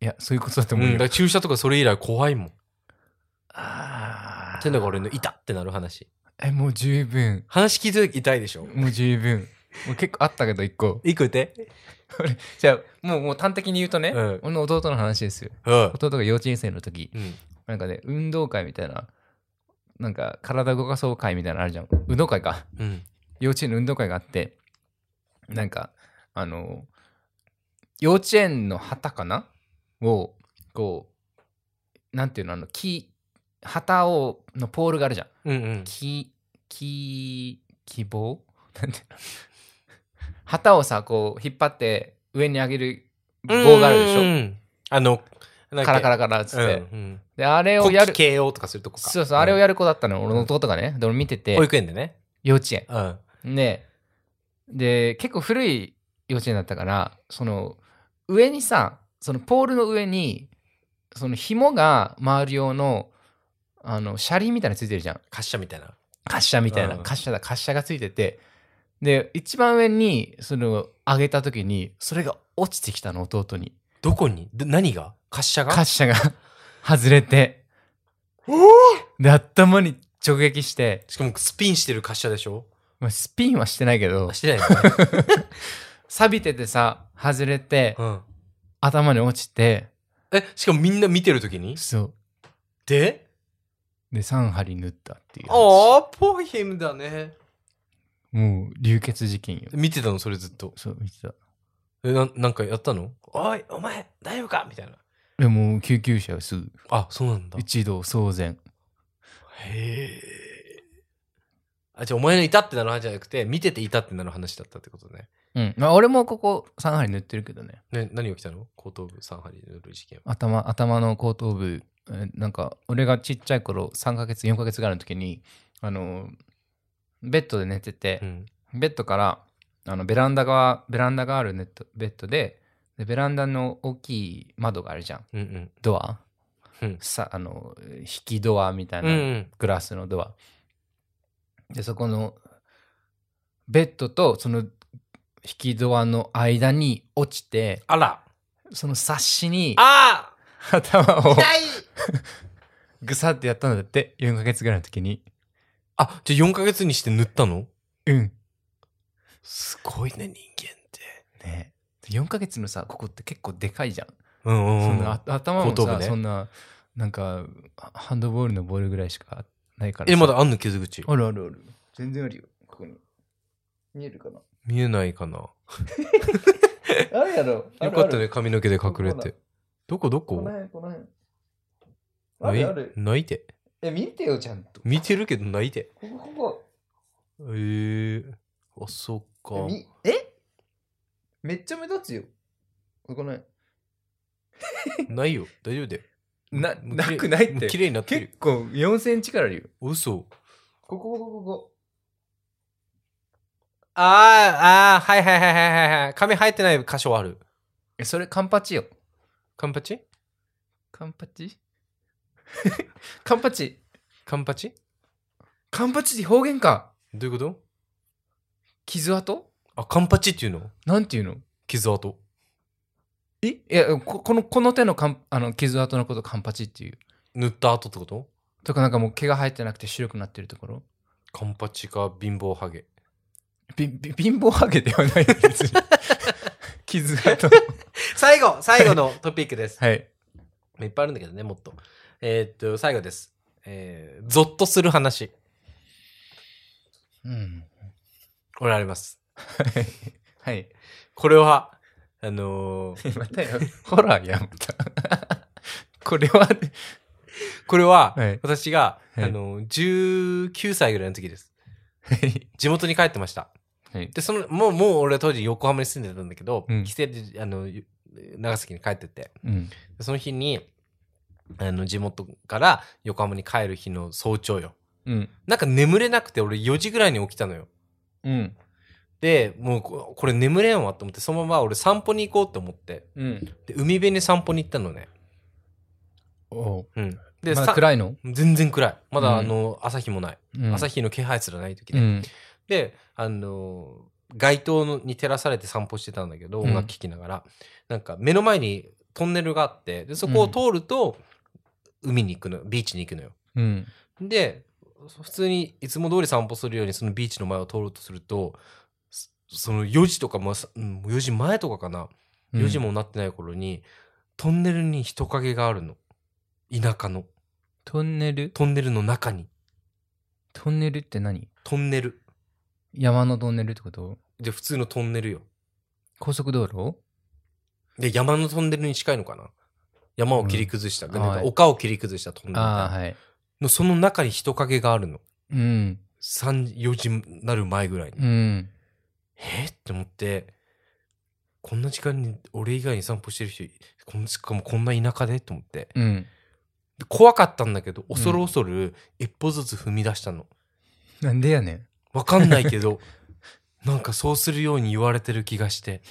B: いやそういうことだと
A: う
B: 思
A: ん、
B: う
A: だ
B: よ
A: から注射とかそれ以来怖いもん。
B: ああ
A: ってのが俺の痛ってなる話。
B: えもう十分
A: 話聞いてる時痛いでしょ
B: もう十分もう結構あったけど一個
A: いくって
B: じゃあもうもう端的に言うとね、
A: うん
B: 俺の弟の話ですよ
A: うん。
B: 弟が幼稚園生の時
A: うん。
B: なんかね運動会みたいななんか体動かそう会みたいなのあるじゃん運動会か
A: うん。
B: 幼稚園の運動会があってなんかあの幼稚園の旗かなをこうなんていうのあの木旗をのポールがあるじゃん
A: うんうん。
B: き、き、希望なんていうの旗をさ、こう、引っ張って上に上げる棒があるでし
A: う
B: ょ
A: んあの、なん
B: カ
A: だっ
B: ラ
A: け
B: カラカラっつっ
A: う
B: て。
A: ん。
B: で、あれ
A: うん。
B: を
A: 国
B: や
A: 旗
B: る。
A: 形容とかするとこか。
B: そうそう、あれをやる子だったの、
A: うん
B: 俺の弟がね。で、俺見て
A: うん
B: て
A: 保、育園でね。
B: 幼稚園。
A: うん。
B: で、で、結構古い幼稚園だったから、その、上にさ、そのポールの上に、その紐が回る用の、あの、車輪みたいなのついてるじゃん。
A: 滑車みたいな。
B: 滑車みたい
A: う
B: な
A: ん
B: 滑車だ滑車がついててで一番上にその上げた時にそれが落ちてきたの弟に
A: どこにど何が滑車が
B: 滑車が [LAUGHS] 外れてで頭に直撃して、
A: しかもスピンしてる滑車でしょ
B: まあ、スピンはしてないけど
A: あしてないよね。
B: 錆びててさ外れて
A: うん。
B: 頭に落ちて
A: え、しかもみんな見てるときに
B: そう
A: で
B: で3針縫ったっていう話
A: ああ、ポヒムだね。
B: もう流血事件よ
A: 見てたのそれずっと。
B: そう見てた
A: え、ななんかやったのおい、お前、大丈夫かみたいな。
B: でもう救急車をすぐ
A: あ、そうなんだ。へ
B: 一同騒然
A: え。あ、じゃあお前のいたってなる話じゃなくて、見てていたってなる話だったってことね。
B: うんまあ俺もここ3針縫ってるけどね
A: ね、何が起きたの後頭部3針塗る事件は。
B: 頭頭の後頭部えーなんか俺がちっちゃい頃3ヶ月4ヶ月ぐらいの時にあのベッドで寝てて
A: う、ん。
B: ベッドからあのベランダがベランダがあるネットベッドででベランダの大きい窓があるじゃん
A: うんうん。
B: ドア、
A: うん
B: さあの引きドアみたい
A: うん
B: な、
A: うん。
B: グラスのドアでそこのベッドとその引きドアの間に落ちて
A: あら。
B: その冊子に
A: あ
B: 頭
A: あ
B: を
A: 痛い
B: ぐさってやったんだって4ヶ月ぐらいの時に
A: [LAUGHS] あ、じゃあ4ヶ月にして塗ったの
B: うん
A: すごいね、人間って。
B: ね4ヶ月のさここって結構でかいじゃん、
A: うんう
B: そ
A: ん
B: ん
A: うん。
B: なあ頭も
A: 後頭
B: さ、
A: 部ね
B: そんななんかあハンドボールのボールぐらいしかないから
A: え、
B: さ
A: まだあんの傷口。
B: あるあるある全然あるよここに見えるかな
A: 見えないかな。
B: あるやろあ
A: よ
B: る
A: かった
B: ある
A: ね、髪の毛で隠れ
B: ここだ
A: て。どこど
B: こ
A: こ
B: の辺この辺あ
A: ない
B: るある
A: ないで。
B: え見てよちゃんと
A: 見てるけどないで。
B: こここ
A: えー、あ、そっか。
B: こみえめっちゃ目立つよここない
A: ないよ。大丈夫だよ。
B: な
A: もう
B: な
A: 綺麗
B: くないっ
A: もう
B: て
A: 綺麗になってる
B: 結。構4センチからあるよ
A: 嘘。
B: ここここここ
A: あー、あー、はいはいはいはいはいはい。髪生えてない箇所ある。
B: えそれカンパチよ
A: カンパチ
B: カンパチ [LAUGHS] カンパチ
A: カンパチ
B: カンパチって方言か
A: どういうこと
B: 傷跡
A: あ、カンパチっていうの
B: なんていうの
A: 傷跡。
B: えいやここのこの手のかんあの傷跡のことカンパチっていう
A: 塗った後ってこと
B: とかなんかもう毛が生えてなくて白くなってるところ
A: カンパチか貧乏ハゲ。
B: びび貧乏ハゲではない [LAUGHS] ですに傷跡
A: 最後、最後のトピックです。 [LAUGHS]
B: はい
A: いっぱいあるんだけどね、もっと。えーっと、最後です。えー、ゾッとする話。
B: うん
A: これあります。
B: はいはい
A: これは、あのー
B: [LAUGHS] またよホラーやまた [LAUGHS] これは
A: これは
B: はい、
A: 私が、
B: はい
A: あのー19歳ぐらいの時です。
B: はい
A: 地元に帰ってました。
B: はい
A: で、その、もう、もう俺は当時横浜に住んでたんだけど、
B: うん
A: 帰省で、あの、ゆ長崎に帰ってて、
B: うん
A: でその日に、あの、地元から横浜に帰る日の早朝よ。
B: うん
A: なんか眠れなくて、俺4時ぐらいに起きたのよ。
B: うん
A: で、もうここれ眠れんわと思って、そのまま俺散歩に行こうと思って、
B: うん
A: で、海辺に散歩に行ったのね。
B: おう
A: うん。で、
B: まだ
A: さ
B: 暗いの
A: 全然暗い。まだ、
B: うん
A: あの、朝日もない。
B: うん
A: 朝日の気配すらない時
B: う
A: で。
B: ん
A: で、あのー、街灯のに照らされて散歩してたんだけど、
B: うん
A: 音楽聴きながら。なんか、目の前にトンネルがあって、で、そこを通ると、海に行くの、ビーチに行くのよ。
B: うん
A: で、普通にいつも通り散歩するように、そのビーチの前を通ろうとすると、そその4時とか、まあ、さうん4時前とかかな、4時もなってない頃に、トンネルに人影があるの。田舎の。
B: トンネル
A: トンネルの中に。
B: トンネルって何
A: トンネル。
B: 山のトンネルってこと
A: で、普通のトンネルよ。
B: 高速道路
A: で、山のトンネルに近いのかな山を切り崩した、
B: うん
A: なんか
B: はい
A: 丘を切り崩したトンネルみたいな
B: ああはい。
A: のその中に人影があるの。
B: うん。
A: 3、4時になる前ぐらいに。
B: うん。
A: えーって思って、こんな時間に俺以外に散歩してる人、こんしかもこんな田舎でと思って。
B: うん。
A: で怖かったんだけど、恐る恐る一歩ずつ踏み出したの。
B: なんでや
A: [LAUGHS]
B: ね
A: わかんないけ
B: [LAUGHS]
A: ど、なんかそうするように言われてる気がして。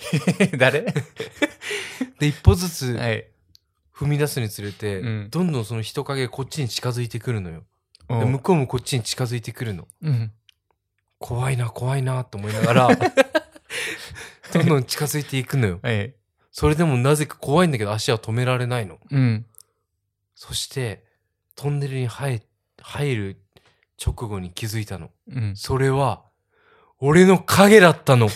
B: ん。誰
A: で、一歩ずつ
B: はい。
A: 踏み出すにつれて、
B: うん
A: どんどんその人影こっちに近づいてくるのよ。
B: う
A: で
B: ん
A: 向こうもこっちに近づいてくるの。
B: うん。
A: 怖いな怖いなと思いながら [LAUGHS] どんどん近づいていくのよ
B: はい。
A: それでもなぜか怖いんだけど足は止められないの
B: うん。
A: そしてトンネルに入入る直後に気づいたの
B: うん。
A: それは俺の影だった [LAUGHS] の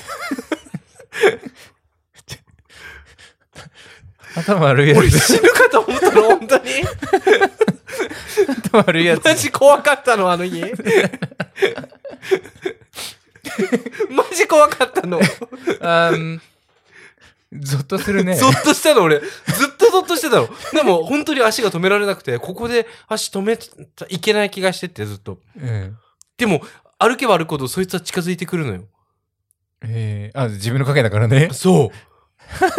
B: 頭悪い
A: [LAUGHS]
B: や
A: 俺
B: つ。
A: 死ぬかと思ったの本当に
B: 頭悪い [LAUGHS] やつ。
A: マジ怖かったのあの [LAUGHS] 家マジ怖かったの
B: あーうん。ゾッとするね。
A: ゾッとしたの俺。ずっとゾッとしてたの。でも本当に足が止められなくて、ここで足止めちゃいけない気がしてってずっと。
B: うん。
A: でも歩けば歩くほどそいつは近づいてくるのよ。
B: えー、あ、自分の影だからね。
A: そう。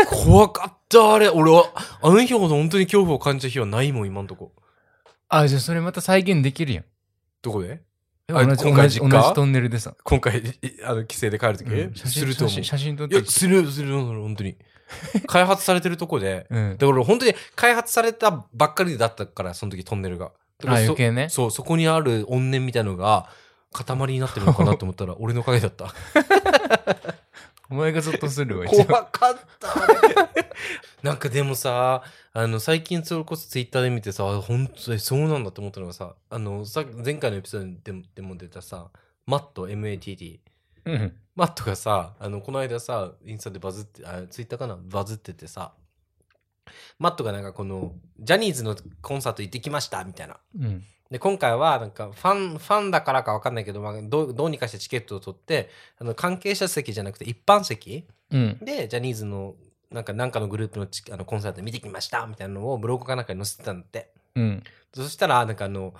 A: 怖かった、あれ。俺は、あの日ほど本当に恐怖を感じた日はないもん、今んとこ。
B: あ、じゃあそれまた再現できるやん。
A: どこであ
B: 同じ、
A: 今
B: 同
A: 回
B: じ、
A: 実
B: 同
A: 家
B: じトンネルでさ。
A: 今回、いあの、帰省で帰るとき、
B: うん写
A: す
B: 真
A: ると思う。
B: 写真
A: い
B: 写真撮って
A: や、する、する、本当に。開発されてるとこで、
B: うん。
A: だから本当に開発されたばっかりだったから、その時トンネルが。だ
B: あ、
A: からそ
B: 余計ね。
A: そう、そこにある怨念みたいのが、塊になってるのかなと思 [LAUGHS] ったら、俺の影だった。
B: お前がゾッとするわ、一応
A: 怖かった。 [LAUGHS] なんかでもさ、あの、最近それこそツイッターで見てさ、本当にそうなんだって思ったのがさ、あの、さ前回のエピソードでもでも出たさ、マット、MATT。
B: うん。
A: マットがさ、あの、この間さ、インスタでバズって、あ、ツイッターかなバズっててさ、マットがなんかこの、ジャニーズのコンサート行ってきました、みたいな。
B: うん。
A: で、今回は、なんか、ファン、ファンだからかわかんないけど、まあ、どう、どうにかしてチケットを取って、あの、関係者席じゃなくて一般席
B: うん。
A: で、ジャニーズの、なんか、なんかのグループのチあのコンサート見てきましたみたいなのをブログかなんかに載せてたんだって。
B: うん。
A: そしたら、なんかあの、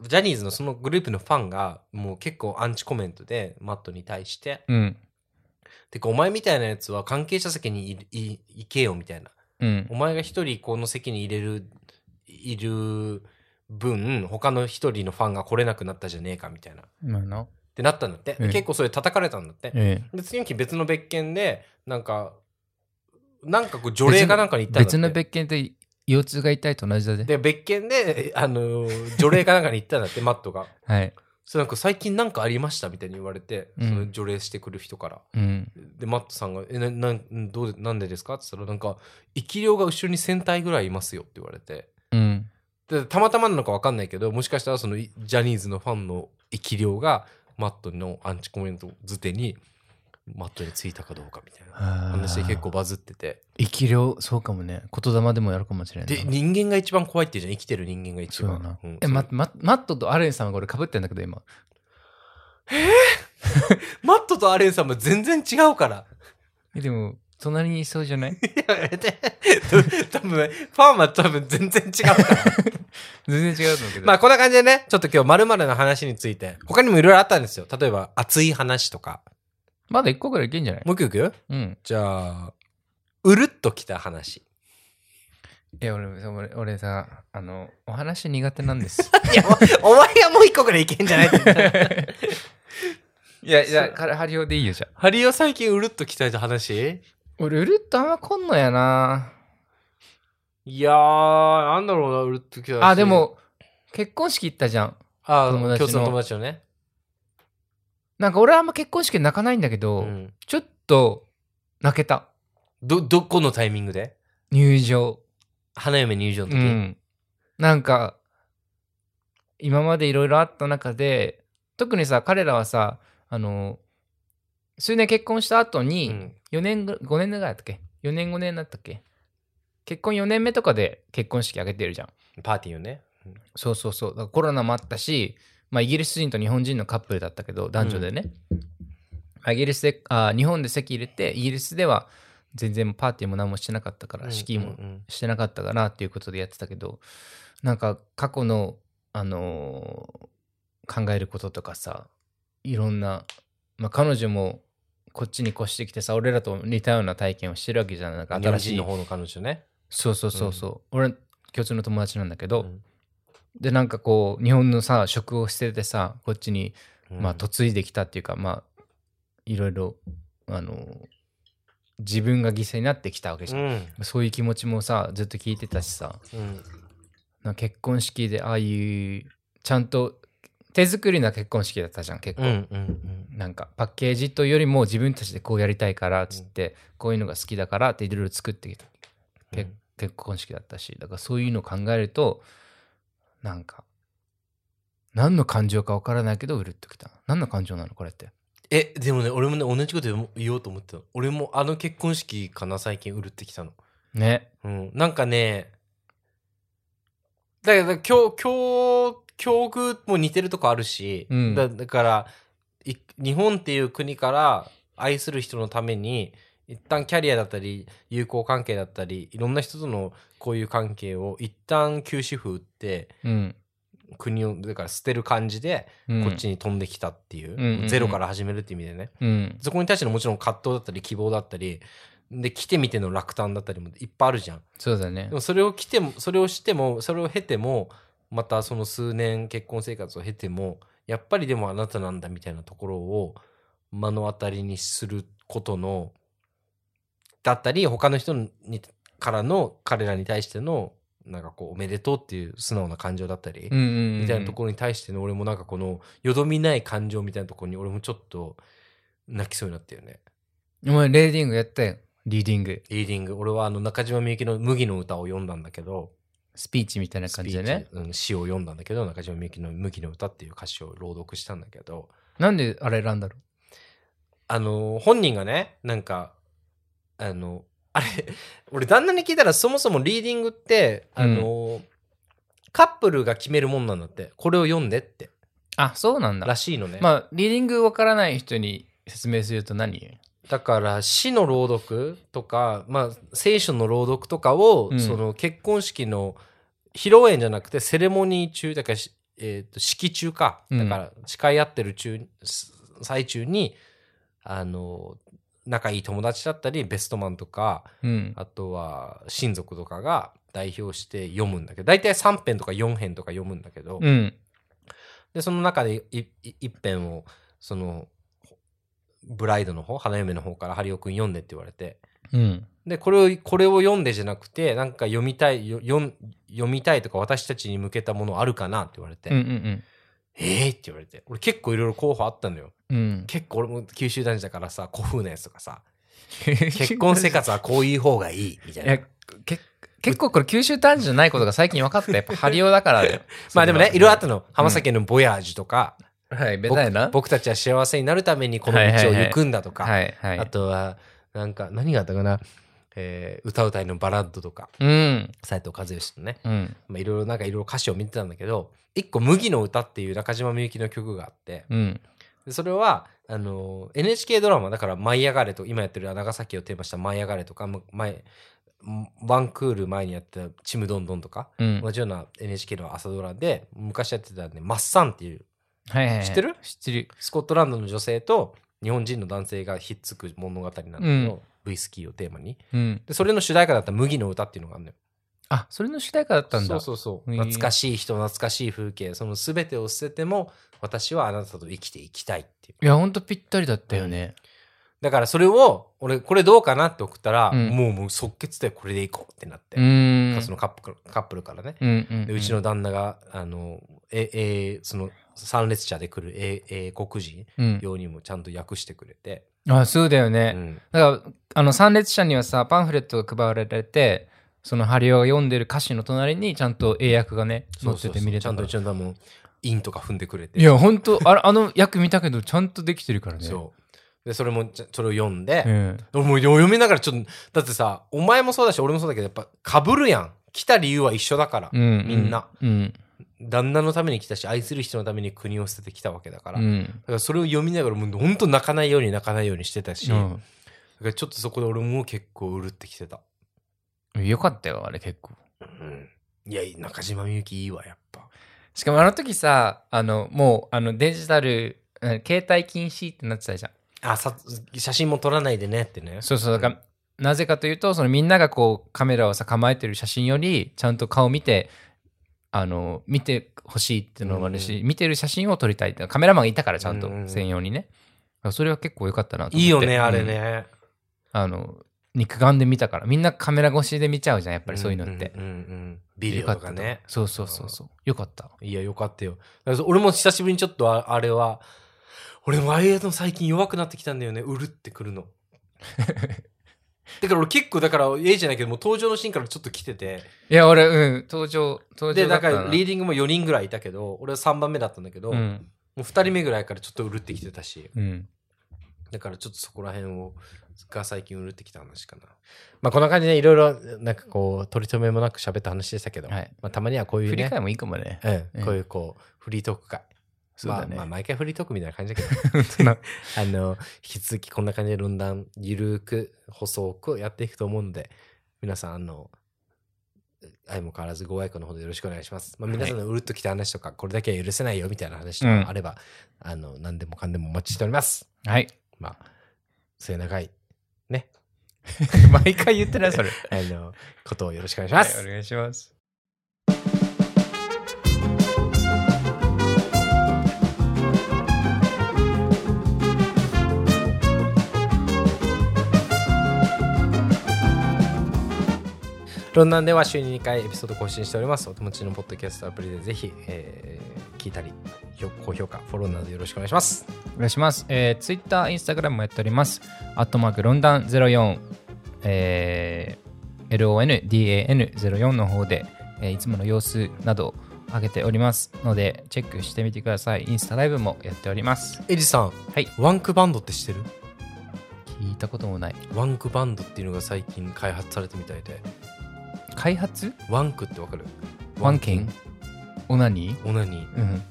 A: ジャニーズのそのグループのファンが、もう結構アンチコメントで、マットに対して、
B: うん。
A: てか、お前みたいなやつは関係者席にいい行けよ、みたいな。
B: うん
A: お。前が一人この席に入れる、いる分、他の一人のファンが来れなくなったじゃねえかみたいな。っ
B: まあな。
A: てなったんだって。
B: ええ
A: 結構それ叩かれたんだって。
B: ええ。
A: で、次の日別の別件で、なんか、なんかこう除霊かなんかに行ったんだって。
B: 別の別件って腰痛が痛いと同じだぜ。
A: で、別件で、あのー、除霊かなんかに行ったんだって、 [LAUGHS] マットが。
B: はい。
A: それなんか最近なんかありましたみたいに言われて、
B: うん
A: その除霊してくる人から。
B: うん。
A: で、マットさんが、え、な、なん、どうで、なんでですかって言ったら、なんか、生き量が後ろに1000体ぐらいいますよって言われて。
B: うん。
A: でたまたまなのか分かんないけどもしかしたらそのいジャニーズのファンの生き量がマットのアンチコメントづてにマットについたかどうかみたいな話で
B: 話
A: 結構。バズってて
B: 生き量、そうかもね。言霊でもやるかもしれないな。
A: で人間が一番怖いって言うじゃん生きてる人間が一
B: そうだ
A: 番
B: な
A: うん。
B: え、ま、ま、マットとアレンさんが俺被ってんだけど、今。
A: マットとアレンさんも全然違うから
B: えでも、隣にいそうじゃない
A: やめて多分ねファンは多分全然違うか
B: [LAUGHS]
A: ら
B: 全然違うと思うけど。
A: まあこんな感じでねちょっと今日〇〇の話について他にもいろいろあったんですよ例えば熱い話とか
B: まだ一個ぐらいいけんじゃない
A: もう一個いく
B: うん。
A: じゃあうるっときた話
B: え、俺、俺俺さ、あの、お話苦手な
A: [LAUGHS]
B: んです。
A: いや、おお前はもう一個ぐらいいけん [LAUGHS] じゃない
B: いや、いや、からハリオでいいよ、じゃあ
A: ハリオ最近うるっと鍛えた話
B: 俺、うるっとあんま来んのやない
A: やー、なんだろうな、うるっと鍛えた話
B: あ、で、も、結婚式行ったじゃん。
A: あ
B: 友達の
A: 共通の友達のね。
B: なんか俺はあんま結婚式で泣かないんだけど、
A: うん
B: ちょっと泣けた。
A: ど、どこのタイミングで
B: 入場。
A: 花嫁入場の
B: う
A: 時。
B: ん。なんか、今までいろいろあった中で、特にさ、彼らはさ、あの、数年結婚した後
A: う
B: に、
A: ん
B: 4年ぐ、5年ぐらいだったっけ ?4 年5年だったっけ結婚4年目とかで結婚式挙げてるじゃん。
A: パーティーよね。うん
B: そうそうそう。だからコロナもあったし、まあ、イギリス人と日本人のカップルだったけど、男女でね。イギリスであ、日本で席入れて、イギリスでは全然パーティーも何もしてなかったから、式
A: うん
B: も
A: うん
B: してなかったかなっていうことでやってたけど、なんか過去の、あのー考えることとかさ、いろんな、まあ、彼女もこっちに越してきてさ、俺らと似たような体験をしてるわけじゃん。なんか
A: うん。
B: 新
A: 新
B: し
A: しい
B: い
A: の。方の彼女ね。
B: そうそうそうそう。俺、共通の友達なんだけど、
A: うん
B: でなんかこう日本のさ職を捨ててさこっちに、まあ、
A: と、
B: 嫁いできたっていうかまあいろいろあの自分が犠牲になってきたわけじ
A: う
B: ゃ
A: ん
B: ん、。そういう気持ちもさずっと聞いてたしさ
A: うん
B: なんか結婚式でああいうちゃんと手作りな結婚式だったじゃん結
A: うんう
B: 構、
A: んうん
B: なんかパッケージというよりも自分たちでこうやりたいからっつって、こういうのが好きだからっていろいろ作ってきたけ結婚式だったしだからそういうのを考えるとなんか何の感情かわからないけどうるっときた何の感情なのこれって
A: えでもね俺もね同じこと言おうと思ってたの俺もあの結婚式かな最近うるってきたの
B: ね
A: うんなんかねだけど教教教育も似てるとこあるし、
B: うん
A: だだからい日本っていう国から愛する人のために一旦キャリアだったり友好関係だったりいろんな人とのこういう関係を一旦休止符打って
B: うん、
A: 国をだから捨てる感じで
B: うん、
A: こっちに飛んできたっていう、
B: うんうんうん
A: ゼロから始めるって意味でね
B: うん
A: そこに対してのもちろん葛藤だったり希望だったりで来てみての落胆だったりもいっぱいあるじゃん
B: そうだね
A: でもそれを来てもそれをしてもそれを経てもまたその数年結婚生活を経てもやっぱりでもあなたなんだみたいなところを目の当たりにすることのだったり他の人にからの彼らに対してのなんかこうおめでとうっていう素直な感情だったり、
B: うんうんうん
A: みたいなところに対しての俺もなんかこのよどみない感情みたいなところに俺もちょっと泣きそうになったよね。
B: お前レーディングやったよリーディング
A: リーディング俺はあの中島みゆきの「麦の歌」を読んだんだけど
B: スピーチみたいな感じでね
A: スピーチうん、詩を読んだんだけど中島みゆきの「麦の歌」っていう歌詞を朗読したんだけど
B: なんであれ選んだろ
A: あの本人がねなんかあのあれ [LAUGHS] 俺旦那に聞いたらそもそもリーディングってあの、カップルが決めるもんなんだってこれを読んでって
B: あそうなんだ
A: らしいのね、
B: まあリーディングわからない人に説明すると何
A: だから詩の朗読とか、まあ、聖書の朗読とかを、
B: うん
A: その結婚式の披露宴じゃなくてセレモニー中だからし、えーと式中か
B: う
A: だ
B: ん
A: から誓い合ってる中す最中にあの仲いい友達だったりベストマンとか
B: うん
A: あとは親族とかが代表して読むんだけど大体3編とか4編とか読むんだけど、
B: うん
A: でその中でいい一編をそのブライドの方花嫁の方から「ハリオくん読んで」って言われて
B: うん
A: でこれをこれを読んでじゃなくてなんか読みたいよ読ん読みたいとか私たちに向けたものあるかなって言われて「
B: うんうん
A: ええー」って言われて俺結構いろいろ候補あったのよ
B: うん [LAUGHS] うん
A: 結構俺も九州男児だからさ古風なやつとか
B: [LAUGHS]
A: さ結婚生活はこういう方がいいみたい
B: い
A: な
B: やけ結構これ九州男児じゃないことが最近分かったやっぱハリオだからだよ
A: [LAUGHS] まあでもねいろいろあったの浜崎の「ボヤージュ」とか、
B: はいベ
A: 僕
B: タやな
A: 僕たちは幸せになるためにこの道を行くんだとか、
B: はいはい
A: あとは、なんか、何があったかな、えー歌うたいのバラッドとか、
B: うん
A: 斉藤和義のね、
B: うん
A: まあ、いろいろなんかいろいろ歌詞を見てたんだけど、一個、麦の歌っていう中島みゆきの曲があって、
B: うん
A: でそれは、あのー NHK ドラマ、だから、舞い上がれと、今やってる長崎をテーマした舞い上がれとか、む前、ワンクール前にやってたちむどんどんとか、
B: うん
A: 同じような NHK の朝ドラで、昔やってたね、マッサンっていう、
B: はいはいはい
A: 知ってる
B: 知ってる
A: スコットランドの女性と日本人の男性がひっつく物語なんだけど、
B: うん
A: ウイスキーをテーマに。
B: うん
A: でそれの主題歌だった「麦の歌」っていうのがあるのよ。
B: あそれの主題歌だったんだ
A: そうそうそう
B: へえ
A: 懐かしい人懐かしい風景その全てを捨てても私はあなたと生きていきたいっていう
B: いやほんとぴったりだったよね
A: だからそれを俺これどうかなって送ったら、
B: うん
A: もうもう即決でこれでいこうってなって、
B: うん
A: そのカップルカップルからね、
B: うんうん
A: でうちの旦那があのええその参列者で来るえ英国人
B: うん
A: 用にもちゃんと訳してくれて、
B: あそうだよね
A: うん
B: だからあの参列者にはさパンフレットが配られてそのハリオが読んでる歌詞の隣にちゃんと英訳がね載ってて見れ
A: ちゃ
B: た
A: ん
B: か
A: と
B: ら
A: うちの旦那もインとか踏んでくれて
B: いや本当あれあの訳見たけどちゃんとできてるからね
A: そうでそれもちゃそれを読んで、
B: うん
A: 俺もう読みながらちょっとだってさお前もそうだし俺もそうだけどやっぱかぶるやん来た理由は一緒だから、
B: うん
A: みんな
B: うん
A: 旦那のために来たし愛する人のために国を捨ててきたわけだから、
B: う
A: だ
B: ん
A: からそれを読みながらもうほんと泣かないように泣かないようにしてたし、だからちょっとそこで俺も結構うるってきてた、
B: うんよかったよあれ結構
A: うん、いや中島みゆきいいわやっぱ
B: しかもあの時さあのもうあのデジタルうん携帯禁止ってなってたじゃん
A: あさ写真も撮らないでねってね
B: そうそうだから、なぜかというとそのみんながこうカメラをさ構えてる写真よりちゃんと顔見てあの見てほしいっていうのもあるし、
A: うん
B: 見てる写真を撮りたいってカメラマンがいたからちゃんと
A: うんうんうん
B: 専用にね、それは結構良かったなと思って
A: いいよねあれ
B: うん
A: ね、
B: あの肉眼で見たからみんなカメラ越しで見ちゃうじゃんやっぱりそういうのって、
A: うんうんうんビデオとかね
B: そうそうそうそうよかった
A: いやよかったよだから俺も久しぶりにちょっとああれは俺もああいうの最近弱くなってきたんだよねうるってくる [LAUGHS] のだから俺結構だから A じゃないけどもう登場のシーンからちょっと来てて
B: いや俺うん登場登
A: で
B: 場だ
A: だ
B: っ
A: か
B: た
A: ら
B: な
A: リーディングも4人ぐらいいたけど俺は3番目だったんだけど、
B: う
A: も
B: ん
A: う2人目ぐらいからちょっとうるってきてたし
B: うん
A: だからちょっとそこら辺をが最近うるってきた話かな。まあこんな感じでいろいろなんかこう取り留めもなく喋った話でしたけど、
B: はい
A: まあ、たまにはこういう
B: 振り
A: ね
B: 返、りもいいかもね
A: うん、こういうこうフリートーク会。
B: そうだ
A: ま
B: ね
A: あ、まあ毎回フリートークみたいな感じだけど [LAUGHS]
B: 本当な
A: あの引き続きこんな感じで論談ゆるく細くやっていくと思うんで皆さんあの相も変わらずご愛顧のほどよろしくお願いします。まあ、皆さんのうるっときた話とか、これだけは許せないよみたいな話とかあれば、あの何でもかんでもお待ちしております。
B: [LAUGHS] はい
A: まあ、末永い、ね、
B: [LAUGHS] 毎回言ってないそれ
A: あの、 [LAUGHS] ことをよろしくお願いします。
B: [LAUGHS] はいお願いします
A: ロンダンでは週に2回エピソード更新しております。お手持ちのポッドキャストアプリでぜひ、えー聞いたり、評高評価、フォローなどよろしくお願いします。
B: お願いします。えー、Twitter、Instagram もやっております。アットマークロンダン04、えー、LONDAN04 の方で、えーいつもの様子などを上げておりますので、チェックしてみてください。インスタライブもやっております。
A: エリさん、
B: はい。
A: ワンクバンドって知ってる
B: 聞いたこともない。
A: ワンクバンドっていうのが最近開発されたみたいで、
B: 開発
A: ワンクってわかる
B: ワンケンオナニー
A: オナニー。
B: うん。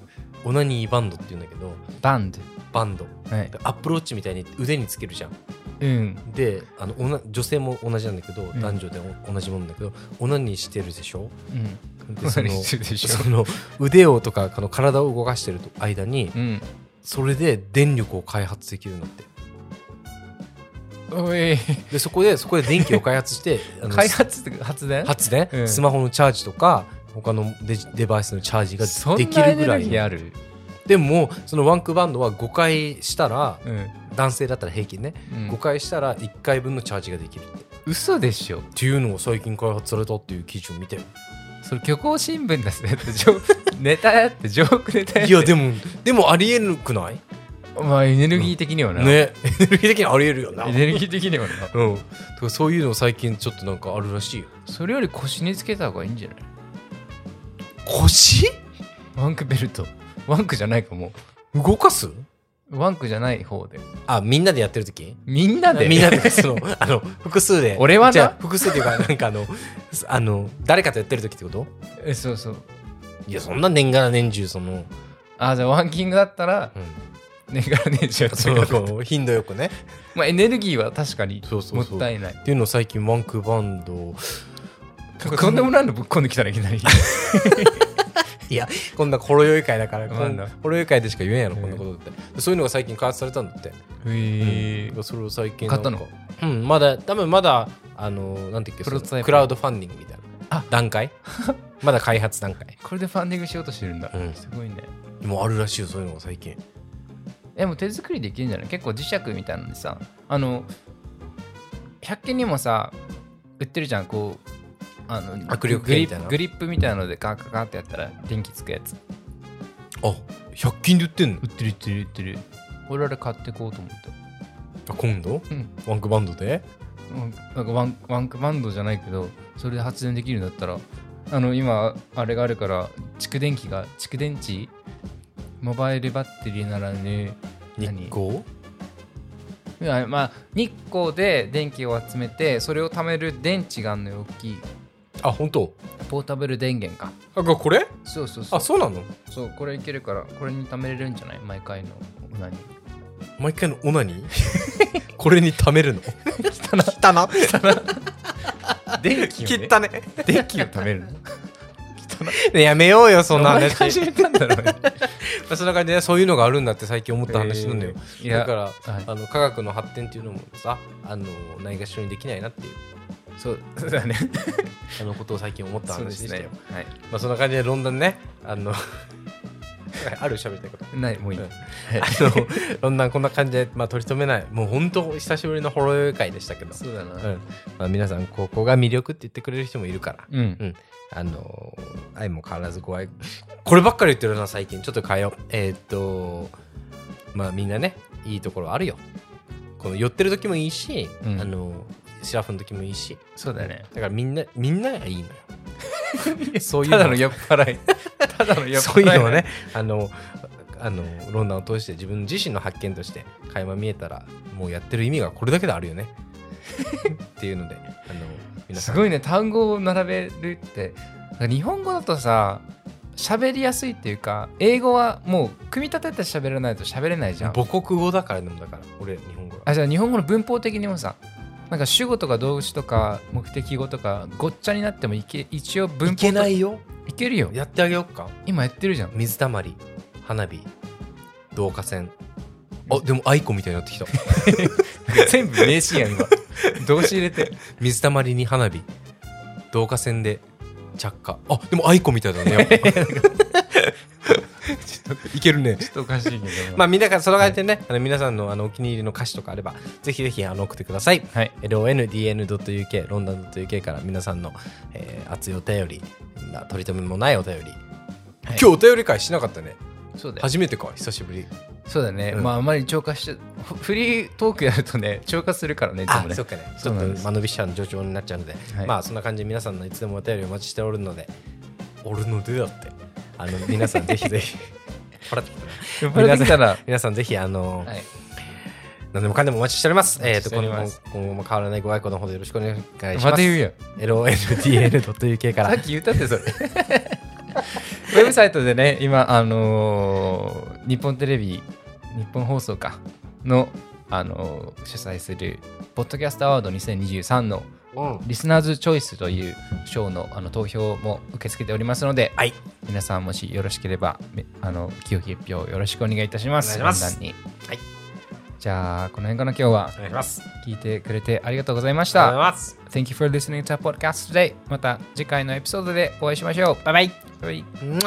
A: オナニーバンドっていうんだけど、
B: バンド。
A: バンド。
B: はい。
A: アップローチみたいに腕につけるじゃん。
B: うん。
A: であのおな女性も同じなんだけど、
B: ん
A: 男女でお同じもんだけどオナニーしてるでしょ
B: うん。
A: でその
B: オナニーしてるでしょ
A: その腕をとかこの体を動かしてる間に
B: うん。
A: それで電力を開発できるんだって
B: おい。
A: でそこでそこで電気を開発してあ
B: [LAUGHS]
A: の
B: 開発って発電
A: 発電、
B: うん
A: スマホのチャージとか他のデジデバイスのチャージが
B: そん
A: でき
B: なエ
A: る
B: ネ
A: ぐら
B: ル
A: い
B: ギーある
A: でもそのワンクバンドは5回したら
B: うん。
A: 男性だったら平均ね
B: うん
A: 5回したら1回分のチャージができるって
B: 嘘でしょ。
A: っていうのを最近開発されたっていう記事を [LAUGHS] 見てる
B: それ虚構新聞ですねってジョネタやってジョークネタやっ
A: い
B: て
A: やでもでもありえなくない
B: まあエネルギー的にはな、
A: ねエネルギー的にありえるよな
B: エネルギー的にはな
A: うんとかそういうの最近ちょっとなんかあるらしいよ
B: それより腰につけた方がいいんじゃない
A: 腰
B: ワンクベルトワンクじゃないかも
A: 動かす
B: ワンクじゃない方で
A: あみんなでやってる時
B: みんなで
A: みんなでその [LAUGHS] あの複数で
B: 俺はな
A: じゃあ複数っていうかなんかあのすあの誰かとやってる時ってこと
B: えそうそう
A: いやそんな年がら年中その,、
B: あじゃあワンキングだったら
A: うん、
B: 年がら年中やって
A: そ
B: る
A: の
B: から
A: [LAUGHS] こう頻度よくね
B: まあエネルギーは確かに
A: そうそう
B: も
A: そう
B: ったいない
A: っていうのを最近ワンクバンド
B: とんでもないのぶっ込んできたらいきなり
A: いやこんなほろ酔い会だからこ
B: なんんだ
A: ほろ酔い会でしか言えんやろこんなことってでそういうのが最近開発されたんだって
B: へえ
A: うんそれを最近
B: 買ったの
A: なんかうんまだ多分まだあのなんていうっけ
B: プロトタイプ
A: クラウドファンディングみたいな
B: あ
A: 段 [LAUGHS] 階まだ開発段階
B: これでファンディングしようとしてるんだ、
A: うん
B: すごいね
A: もうあるらしいよそういうのが最近
B: でも手作りできるんじゃない結構磁石みたいなのでさあの100均にもさ売ってるじゃんこうあの
A: 握力
B: グ
A: 計み
B: リ
A: たいな
B: ップグリップみたいなのでガーガーガーってやったら電気つくやつ
A: あ百100均で売ってんの
B: 売ってる売ってる売ってる俺あれ買ってこうと思って、
A: あ今度
B: うん
A: ワンクバンドで
B: うん、なんかワンワンクバンドじゃないけどそれで発電できるんだったらあの今あれがあるから蓄電器が蓄電池モバイルバッテリーならね
A: 日
B: 何
A: 光
B: いやまあ日光で電気を集めてそれを貯める電池があんのよ大きい
A: あ本当
B: ポータブル電源か
A: あこれ
B: そうそうそう
A: あそうなの
B: そうこれいけるからこれに貯めれるんじゃない毎回の何
A: 毎回のオナニー
B: [LAUGHS]
A: これに貯めるの汚な汚な
B: 電
A: 汚ね
B: 電気を貯 [LAUGHS] めるの
A: [LAUGHS] ねやめようよそんな
B: お前が
A: 話
B: 始
A: [LAUGHS]
B: めたんだろうね
A: そんな感じでそういうのがあるんだって最近思った話なんだよ
B: えーいや
A: だから、
B: はい
A: あの科学の発展っていうのもさあのないがしろにできないなっていう
B: そうそう
A: [LAUGHS]
B: だね
A: あのことを最近思った
B: そ
A: 話
B: うで
A: でし
B: す
A: た
B: ね
A: よ、
B: はい
A: まあ、そんな感じで論壇ねあの [LAUGHS] ある喋りたいこと。
B: ないもういい、
A: うんあの、そんなこんな感じで、まあ、取り留めない。もう本当久しぶりのほろ酔い会でしたけど。
B: そうだな
A: うん。まあ、皆さん、ここが魅力って言ってくれる人もいるから。
B: うん、
A: あのー愛も変わらず怖い。こればっかり言ってるな、最近。ちょっと変えよう。えーっと、まあみんなね、いいところあるよ。この寄ってる時もいいし、
B: うん
A: あのーシラフの時もいいし。
B: そうだね
A: だからみんな、みんながいいのよ。そういう
B: た
A: の
B: だの酔っ払い [LAUGHS] ただの酔っ払い
A: そういうのをね、あの、あの、ロンドンを通して自分自身の発見として垣間見えたら、もうやってる意味がこれだけである
B: [LAUGHS]
A: よね。っていうので、あの、皆
B: す
A: さん。
B: ごいね単語を並べるって日本語だとさ喋りやすいっていうか英語はもう組み立てて喋らないと喋れないじゃん
A: 母国語だからでもだから、俺、日本語が。
B: あじゃあ日本語の文法的にもさなんか主語とか動詞とか目的語とかごっちゃになってもいけ一応文法
A: いけないよ。
B: といけるよ
A: やってあげようか。
B: 今やってるじゃん
A: 水たまり、花火、導火線。あ、でもアイコみたいになってき
B: [LAUGHS]
A: た。
B: 全部名詞やん今動詞入れて
A: 水たまりに花火、導火線で着火。あ、でもアイコみたい
B: [LAUGHS]
A: だね。やっぱ [LAUGHS] いけるね。
B: ちょっとおかしいけど
A: まあ、みんながその感じでね、あの皆さんのあのお気に入りの歌詞とかあれば、ぜひぜひあの送ってください。
B: はい
A: londn.uk、ロンダン .uk から皆さんの、えー熱いお便り、な取り留めもないお便り。今日お便り会しなかったね。
B: そうだよ
A: 初めてか、久しぶり。
B: そうだね、
A: うん
B: まああまり超過してフフリートークやるとね超過するからねいつ
A: あ
B: も、ね
A: そっかね。ち
B: そ
A: ょ
B: う
A: っ
B: な
A: と
B: んです
A: 間延びしちゃうの、上長になっちゃうので、
B: はい
A: まあそんな感じで皆さんのいつでもお便りお待ちしておるので、おるのでだって。あの皆さんぜひぜひ。ほら
B: これできたら、
A: 皆さんぜひあの、
B: はい、
A: 何でもかんでもお待ちしております。
B: お
A: え
B: 待
A: っ
B: ち
A: と
B: してお
A: 今
B: り
A: 後も
B: ます
A: 今後も変わらないご愛顧のほどよろしくお願いします。
B: また言うよ
A: LONDN.uk か
B: さ
A: ら
B: っき言ったってそれウェブサイトでね今あのー日本テレビ日本放送かの、あのー主催するポッドキャストアワード2023のリスナーズチョイスという賞のあの投票も受け付けておりますので、
A: はい
B: 皆さんもしよろしければめあの清き一票よろしくお願いいたします。
A: お願いします
B: 簡単に
A: はい
B: じゃあこの辺かな今日は
A: お願いします。
B: 聞いてくれてありがとうございまし
A: ありがとうご
B: た。
A: ざいます。
B: Thank you for listening to our podcast today. また次回のエピソードでお会いしましょう。バイバイ。バイ
A: うん